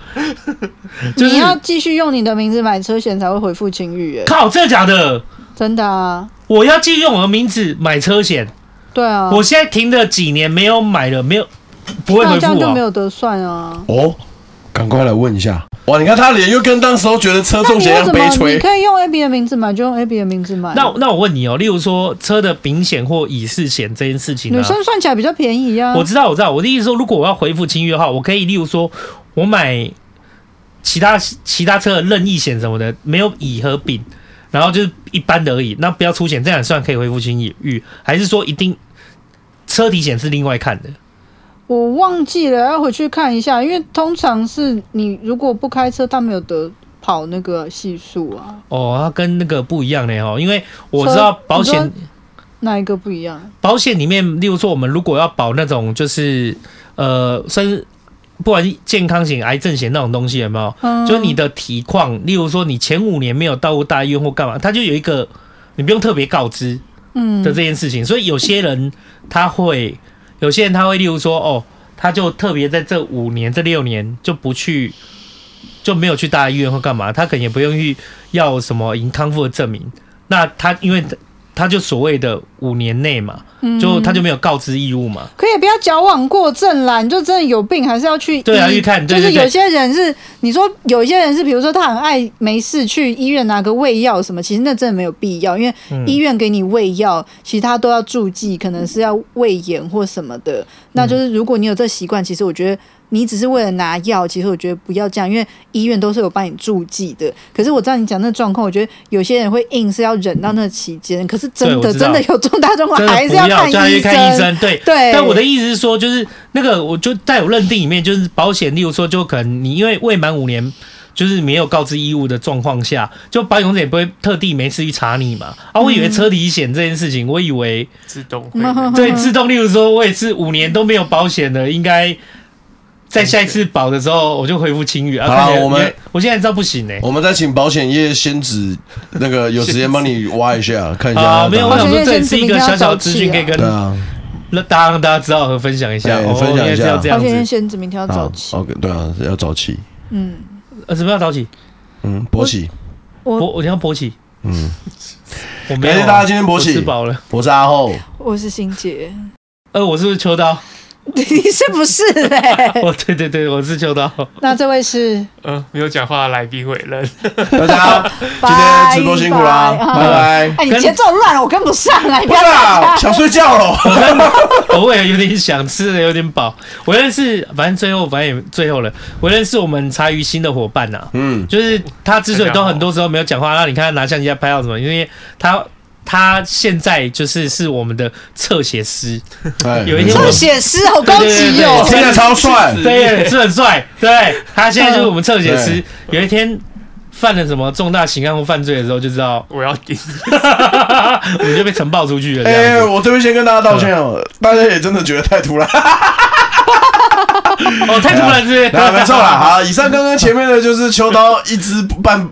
S2: 就是
S4: 你要继续用你的名字买车险才会回复情欲，哎，
S2: 靠，真的假的？
S4: 真的啊，
S2: 我要继续用我的名字买车险，
S4: 对啊，
S2: 我现在停了几年没有买了，没有不会
S4: 那
S2: 回
S4: 这样
S2: 复
S4: 就
S2: 啊
S4: 没。有得算啊。
S3: 哦，赶快来问一下。哇，你看他脸又跟当时候觉得车
S4: 那
S3: 中
S4: 你
S3: 邪一
S4: 为
S3: 样
S4: 什
S3: 悲
S4: 么？你
S3: 催。
S4: 可以用 A B 的名字买，就用 A B 的名字买。
S2: 那那我问你哦，例如说车的丙险或乙式险这件事情啊
S4: 女
S2: 呢、
S4: 生算起来比较便宜啊。
S2: 我知道我知道，我的意思是说，如果我要恢复清誉的话，我可以例如说我买其他其他车的任意险什么的，没有乙和丙，然后就是一般的而已，那不要出险，这样也算可以恢复清誉，还是说一定车体险是另外看的？
S4: 我忘记了，要回去看一下，因为通常是你如果不开车，他没有得跑那个系数啊，
S2: 哦，它跟那个不一样嘞哦，因为我知道
S4: 车
S2: 保
S4: 你
S2: 险
S4: 说那一个不一样。
S2: 保险里面，例如说我们如果要保那种就是呃，算是不管是健康险、癌症险那种东西，有没有？
S4: 嗯，
S2: 就是你的体况，例如说你前五年没有到过大医院或干嘛，它就有一个你不用特别告知
S4: 嗯
S2: 的这件事情。所以有些人他会，有些人他会，例如说哦，他就特别在这五年、这六年就不去，就没有去大医院或干嘛，他可能也不用去要什么已经康复的证明。那他因为他就所谓的五年内嘛，
S4: 嗯
S2: 就他就没有告知义务嘛。
S4: 可以不要矫枉过正啦，你就真的有病还是要去医
S2: 对啊去看对
S4: 就是
S2: 对对
S4: 有些人是你说有一些人是，比如说他很爱没事去医院拿个胃药什么，其实那真的没有必要，因为
S2: 嗯
S4: 医院给你胃药，其实他都要注记，可能是要胃炎或什么的。那就是如果你有这习惯，其实我觉得。你只是为了拿药，其实我觉得不要这样，因为医院都是有帮你注记的。可是我知道你讲那状况，我觉得有些人会硬是要忍到那期间，可是真
S2: 对我
S4: 的
S2: 知道
S4: 真的有重大状况
S2: 真的
S4: 还是
S2: 不要
S4: 看
S2: 就要去
S4: 医
S2: 看医生，对
S4: <laughs> 对
S2: 但我的意思是说，就是那个，我就在我认定里面，就是保险，例如说，就可能你因为未满五年。就是没有告知义务的状况下，就保险公司也不会特地没事去查你嘛。啊，我以为车体险这件事情，我以为
S5: 自动会员
S2: 对自动，例如说我也是五年都没有保险的，应该在下一次保的时候我就恢复清誉啊。
S3: 好
S2: 看起来
S3: 我们
S2: 我现在知道不行呢、
S3: 我们再请保险业先子那个有时间帮你挖一下，看一下。
S2: 啊，没有，我想说
S4: 险业
S2: 这也
S4: 先
S2: 是一
S4: 明
S2: 个
S4: 天要
S2: 小小的
S4: 早
S2: 资
S4: 起
S2: 讯，可以
S4: 啊
S2: 跟
S3: 对啊，
S2: 那大让大家知道和分享一下，
S3: 哎
S2: 哦，
S3: 分享一下
S2: 原来是要这
S4: 保
S2: 样
S4: 险业
S2: 子。
S4: 先指明天要早
S3: 好
S4: 起。
S3: ，OK，对啊，要早起，
S4: 嗯，
S2: 呃，什么叫早起？
S3: 嗯，勃起，
S4: 我
S2: 勃，我要勃起。
S3: 嗯，
S2: 我没有
S3: 感
S2: 啊，
S3: 谢大家今天勃
S2: 我吃
S3: 起，
S2: 饱了。
S3: 我是阿厚，
S6: <laughs>
S4: 我是欣姐，
S2: 呃，我是不是秋刀？
S4: 你是不是嘞？
S2: <laughs> 哦，对对对，我是秋刀。 <laughs>
S4: 那这位是
S5: 嗯，没有讲话的来宾委任，
S6: <laughs>
S3: 大家今天直播辛苦啦，
S6: 拜
S3: 拜拜。
S6: 哎，你节奏乱了，我跟不上了，你不
S3: 不
S6: 要
S3: 是
S6: 打
S3: 啊，
S6: 架。
S3: 想睡觉了。
S2: 我也有点想吃的有点饱。我认识，反正最后反正也最后了，我认识我们茶余新的伙伴呐、
S3: 嗯，
S2: 就是他之所以都很多时候没有讲话，让你看他拿相机在拍到什么，因为他。他现在就是是我们的侧写师，
S3: 哎
S2: 有一天
S4: 特写师，好高级
S2: 对对对
S4: 哦
S2: 对！
S3: 真的超帅，
S2: 对，是很帅，对他现在就是我们侧写师。有一天犯了什么重大刑案或犯罪的时候，就知道
S5: 我要顶。
S2: <laughs> 我们就被呈报出去了。这
S3: 哎、
S2: 样子
S3: 我这边先跟大家道歉哦，大家也真的觉得太突然，
S2: 哦，太突然是不是？
S3: 啊，没
S2: <laughs>
S3: 错啦。好，以上刚刚前面的就是秋刀一知半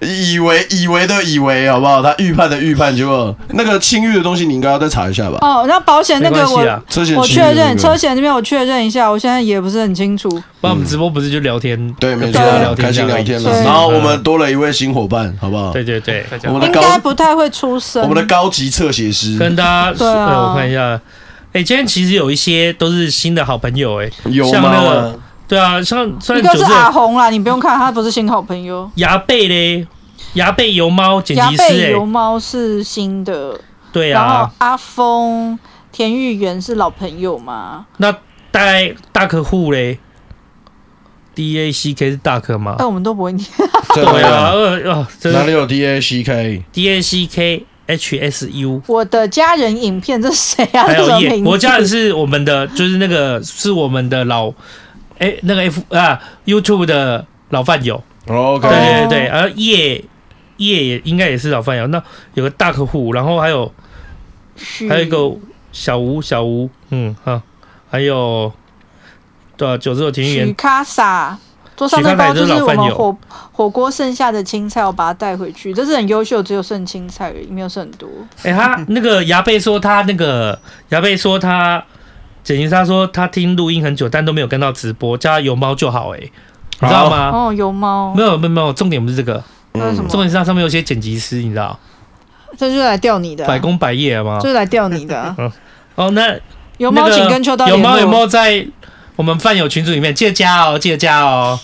S3: 以为以为的以为，好不好？他预判的预判，结果那个清誉的东西你应该要再查一下吧。
S6: 哦，那保险那
S2: 没
S6: 个
S2: 关系啊啦
S6: 我
S3: 车险
S6: 我
S3: 清誉
S6: 确
S3: 的
S6: 认，
S3: 那个
S6: 车险那边我确认一下，我现在也不是很清楚。
S2: 不然我们直播不是就聊天？
S3: 对，没
S2: 就
S3: 错
S2: 是
S3: 啊
S2: 聊，天
S3: 开心
S2: 这样
S3: 聊天
S2: 子嗯
S3: 了。
S6: 对
S3: 然后我们多了一位新伙伴，好不好？
S2: 对对对，
S5: 大家
S3: 我
S5: 好
S3: 们
S6: 应
S3: 的
S6: 该
S3: 高
S6: 不太会出声。
S3: 我们的高级侧写师
S2: 跟大家，
S6: 对啊
S2: 呃我看一下。哎、今天其实有一些都是新的好朋友、哎，
S3: 有
S2: 像那
S3: 吗
S2: 个？对啊，像虽
S6: 一
S2: 然
S6: 个
S2: 九
S6: 是
S2: 是
S6: 阿红啊啦，你不用看，他不是新好朋友。
S2: 牙贝嘞，牙贝油猫剪
S6: 牙
S2: 辑师、
S6: 贝油
S2: 哎，
S6: 猫是新的，
S2: 对
S6: 然后
S2: 啊，
S6: 阿峰、田玉元是老朋友嘛？
S2: 那大大客户嘞，D A C K 是大客吗？
S6: 但我们都不会念。
S3: 对
S2: 对啊，，呃哦，真
S3: 哪
S2: 的
S3: 里有 D A C K？
S2: D A C K H S U。
S6: 我的家人影片这是谁啊？
S2: <laughs> 还
S6: 这什
S2: 有
S6: 么
S2: 叶
S6: 名，字？
S2: 我家人是我们的，就是那个是我们的老，哎、那个 F 啊 YouTube 的老饭友，
S3: 哦 OK，
S2: 对对对，而叶叶也应该也是老饭友。那有个大客户，然后还有
S6: 许
S2: 还有一个小吴，小吴，嗯哈，还有对、啊、九十九田
S6: 许
S2: 园，
S6: 卡萨。桌上那
S2: 许卡萨
S6: 包
S2: 也
S6: 就是是
S2: 老
S6: 我
S2: 饭友
S6: 们火火锅剩下的青菜，我把它带回去。这是很优秀，只有剩青菜而已，没有剩很多。
S2: 哎、
S6: <laughs>
S2: 他那个牙贝说他那个牙贝说他。简妮莎说她听录音很久，但都没有跟到直播，叫她有猫就好、欸，你知道吗？
S6: 哦，有猫
S2: 啊没，有没有没有，重点不是这个，
S6: 那是什
S2: 重
S6: 么？
S2: 点是它上面有写剪辑师，你知道，
S6: 这就是来钓你的啊，
S2: 百工百业吗
S6: 就？是来钓你的
S2: <laughs>
S6: 啊。
S2: 哦，那
S6: 有猫，
S2: 那个
S6: 请跟秋刀
S2: 有
S6: 联
S2: 猫
S6: 络
S2: 有猫在我们饭友群组里面，记得加哦，记得加哦，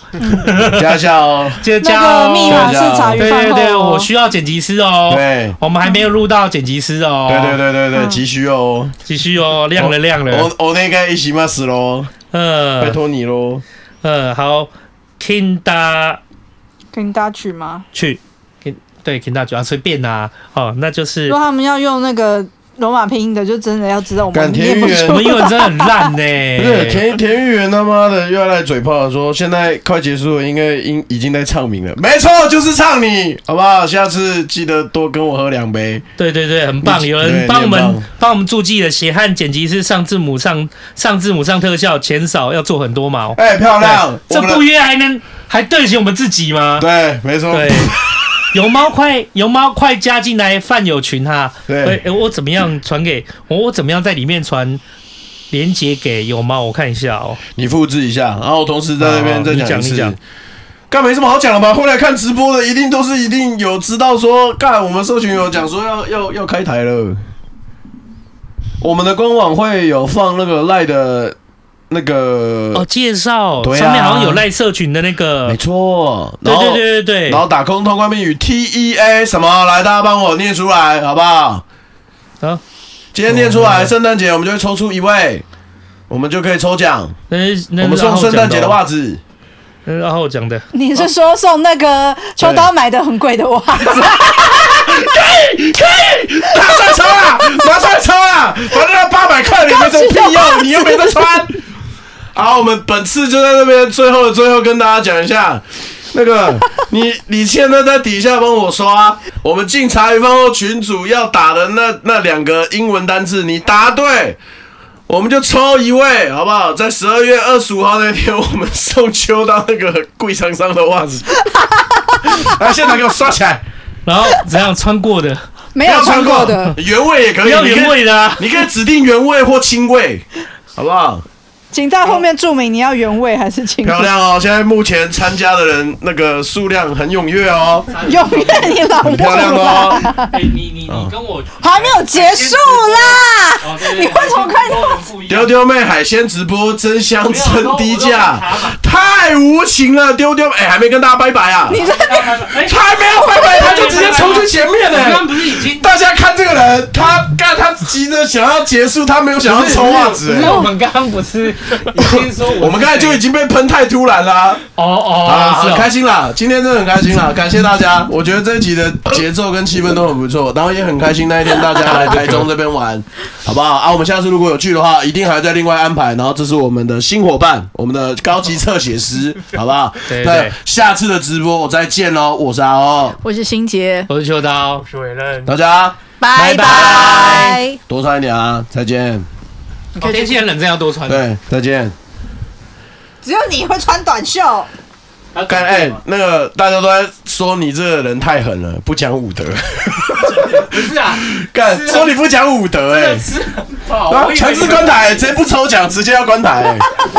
S3: 加一下哦。
S2: 记得加
S6: 那
S2: 哦。
S6: 个密码是茶余
S2: 对
S6: 饭
S2: 对
S6: 后、哦
S2: 对，我需要剪辑师哦。
S3: 对，
S2: 我们还没有录到剪辑师哦。
S3: 对对，对对对，急需哦。
S2: 继续哦，亮了亮了。
S3: 我我那个一起骂死喽，拜
S2: 嗯
S3: 托你喽。
S2: 嗯，好，Kinda
S6: 跟大家取吗？
S2: 去，Kin 对 Kinda 就啊随便啦。哦，那就是
S6: 如果他们要用那个罗马拼音的，就真的要知道我
S3: 干
S6: 们念
S3: 田
S6: 不
S3: 园
S6: 出 <laughs>
S2: 我们英文真的很烂
S3: 不是
S2: 呢。
S3: 田田玉元他妈的又要来嘴炮说，现在快结束了，应该应已经在唱名了。没错，就是唱你，好不好？下次记得多跟我喝两杯。
S2: 对对对，很棒！
S3: 你
S2: 有
S3: 对
S2: 人
S3: 你
S2: 帮我
S3: 很
S2: 们
S3: 棒
S2: 帮我们注记了，写汉剪辑师上字母上上字母上特效，钱少要做很多毛。
S3: 哎，漂亮
S2: 对，这
S3: 我们的
S2: 不约还能还对得起我们自己吗？
S3: 对，没错，
S2: 对，有猫快有猫快加进来饭友群哈。
S3: 对
S2: 哎哎我怎么样传给我？我怎么样在里面传连接给有猫？我看一下哦。
S3: 你复制一下，然后我同时在那边
S2: 好
S3: 再
S2: 你
S3: 讲一
S2: 讲你
S3: 次
S2: 讲。
S3: 干没什么好讲的吧？会来看直播的，一定都是一定有知道说，干我们社群有讲说要要要开台了。我们的官网会有放那个赖的，那个、
S2: 哦，介绍、
S3: 对啊
S2: 上面好像有赖社群的那
S3: 没
S2: 个。
S3: 错，
S2: 对
S3: 然后
S2: 对对对
S3: 然
S2: 对
S3: 后，打空通关密语 T E A 什么？来，大家帮我念出来，好不好？
S2: 好，
S3: 今天念出
S2: 哦
S3: 来，圣诞节我们就会抽出一位，我们就可以抽奖，
S2: 那是那
S3: 我们
S2: 是
S3: 送
S2: 阿浩
S3: 圣诞
S2: 讲
S3: 节的
S2: 哦，
S3: 袜子。
S2: 那是阿浩讲的。
S6: 你是说送那个秋刀买的很贵的袜子？
S4: <laughs>
S3: 拿出来抽啊！拿出来抽啊！反正八百块也没什么必要，你又没得穿。好，我们本次就在这边，最后的最后跟大家讲一下，那
S4: <laughs>
S3: 个你你现在在底下帮我刷，我们进茶余饭后群主要打的那那两个英文单字，你答对。我们就抽一位，好不好？在十二月二十五号那天，我们送秋到那个贵厂商的袜子， <laughs> 来现场给我刷起来，
S2: 然后怎样穿过的？
S4: 没
S3: 不
S4: 有
S3: 要穿
S4: 穿过
S3: 过
S4: 的，
S3: 原味也可
S2: 不
S3: 以，
S2: 要 <laughs>
S3: 你可以
S2: 原味的、啊。
S3: 你可以指定原味或清味，好不好？
S6: 请在后面注明你要原味还是清
S3: 漂
S6: 楚。
S3: 亮哦！现在目前参加的人那个数量很踊
S2: <laughs>
S3: 跃哦，
S6: 永远你老
S3: 很漂亮
S6: 忘了，
S3: 哦。
S2: 哎，你你你跟我
S6: 还没有结束啦！
S2: 哦，对对，
S6: 你为什么看
S2: 我们不一
S3: 丢
S2: 样？
S3: 丢妹海鲜直播真香真低价
S2: 没有我都我都没查嘛，
S3: 太无情了！丢丢哎，还没跟大家拜拜啊？
S6: 你在
S2: 哎，
S3: 还没有拜拜，他就直接冲去前面
S2: 我刚刚
S3: 了。
S2: 不是已经
S3: 大家看这个人，他干他急着想要结束，他没有想要抽袜子
S2: 不是
S3: 哎。
S2: 我们刚刚不是已经说
S3: 我们刚才就已经被喷太突然了啊。
S2: 哦哦，
S3: 啊，
S2: 是
S3: 很开
S2: 哦，
S3: 心啦！今天真的很开心啦，感谢大家。我觉得这一集的节奏跟气氛都很不错，然后也很开心那一天大家来台中这
S2: <laughs>
S3: 边玩，好不好？啊，我们下次如果有去的话，一定还再另外安排。然后这是我们的新伙伴，我们的高级侧
S2: <laughs>
S3: 写师，好不好？
S2: 对
S3: 那
S2: 对
S3: 下次的直播我再见喽，我是阿欧，
S6: 我是心杰，
S2: 我是哎秋刀
S5: 我。是伟任，
S3: 大家
S6: 拜
S2: 拜
S6: 拜
S2: 拜。
S3: 多穿一点啊，再见。
S2: 哦天气很冷，真要多穿。，
S3: 对，再见。
S6: 只有你会穿短袖，
S2: 啊
S3: 干哎、那个大家都在说你这个人太狠了，不讲武德。
S2: 不是啊，
S3: 干
S2: 是啊
S3: 说你不讲武德哎、
S2: 吃很饱
S3: 然
S2: 我
S3: 后
S2: 以为
S3: 强制关台，直接不抽奖，直接要关台、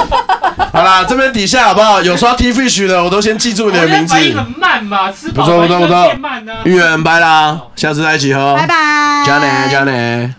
S3: <laughs> 好啦，这边底下好不好？有刷 T Fish 的，我都先记住你的
S2: 我觉
S3: 名
S2: 得
S3: 字。
S2: 反应很慢嘛，吃
S3: 不
S2: 饱
S3: 错不错不
S2: 反应
S3: 错
S2: 变慢呢，。啊
S3: 芋圆拜啦，下次再一起喝。
S6: 拜拜。
S3: 加奶加奶。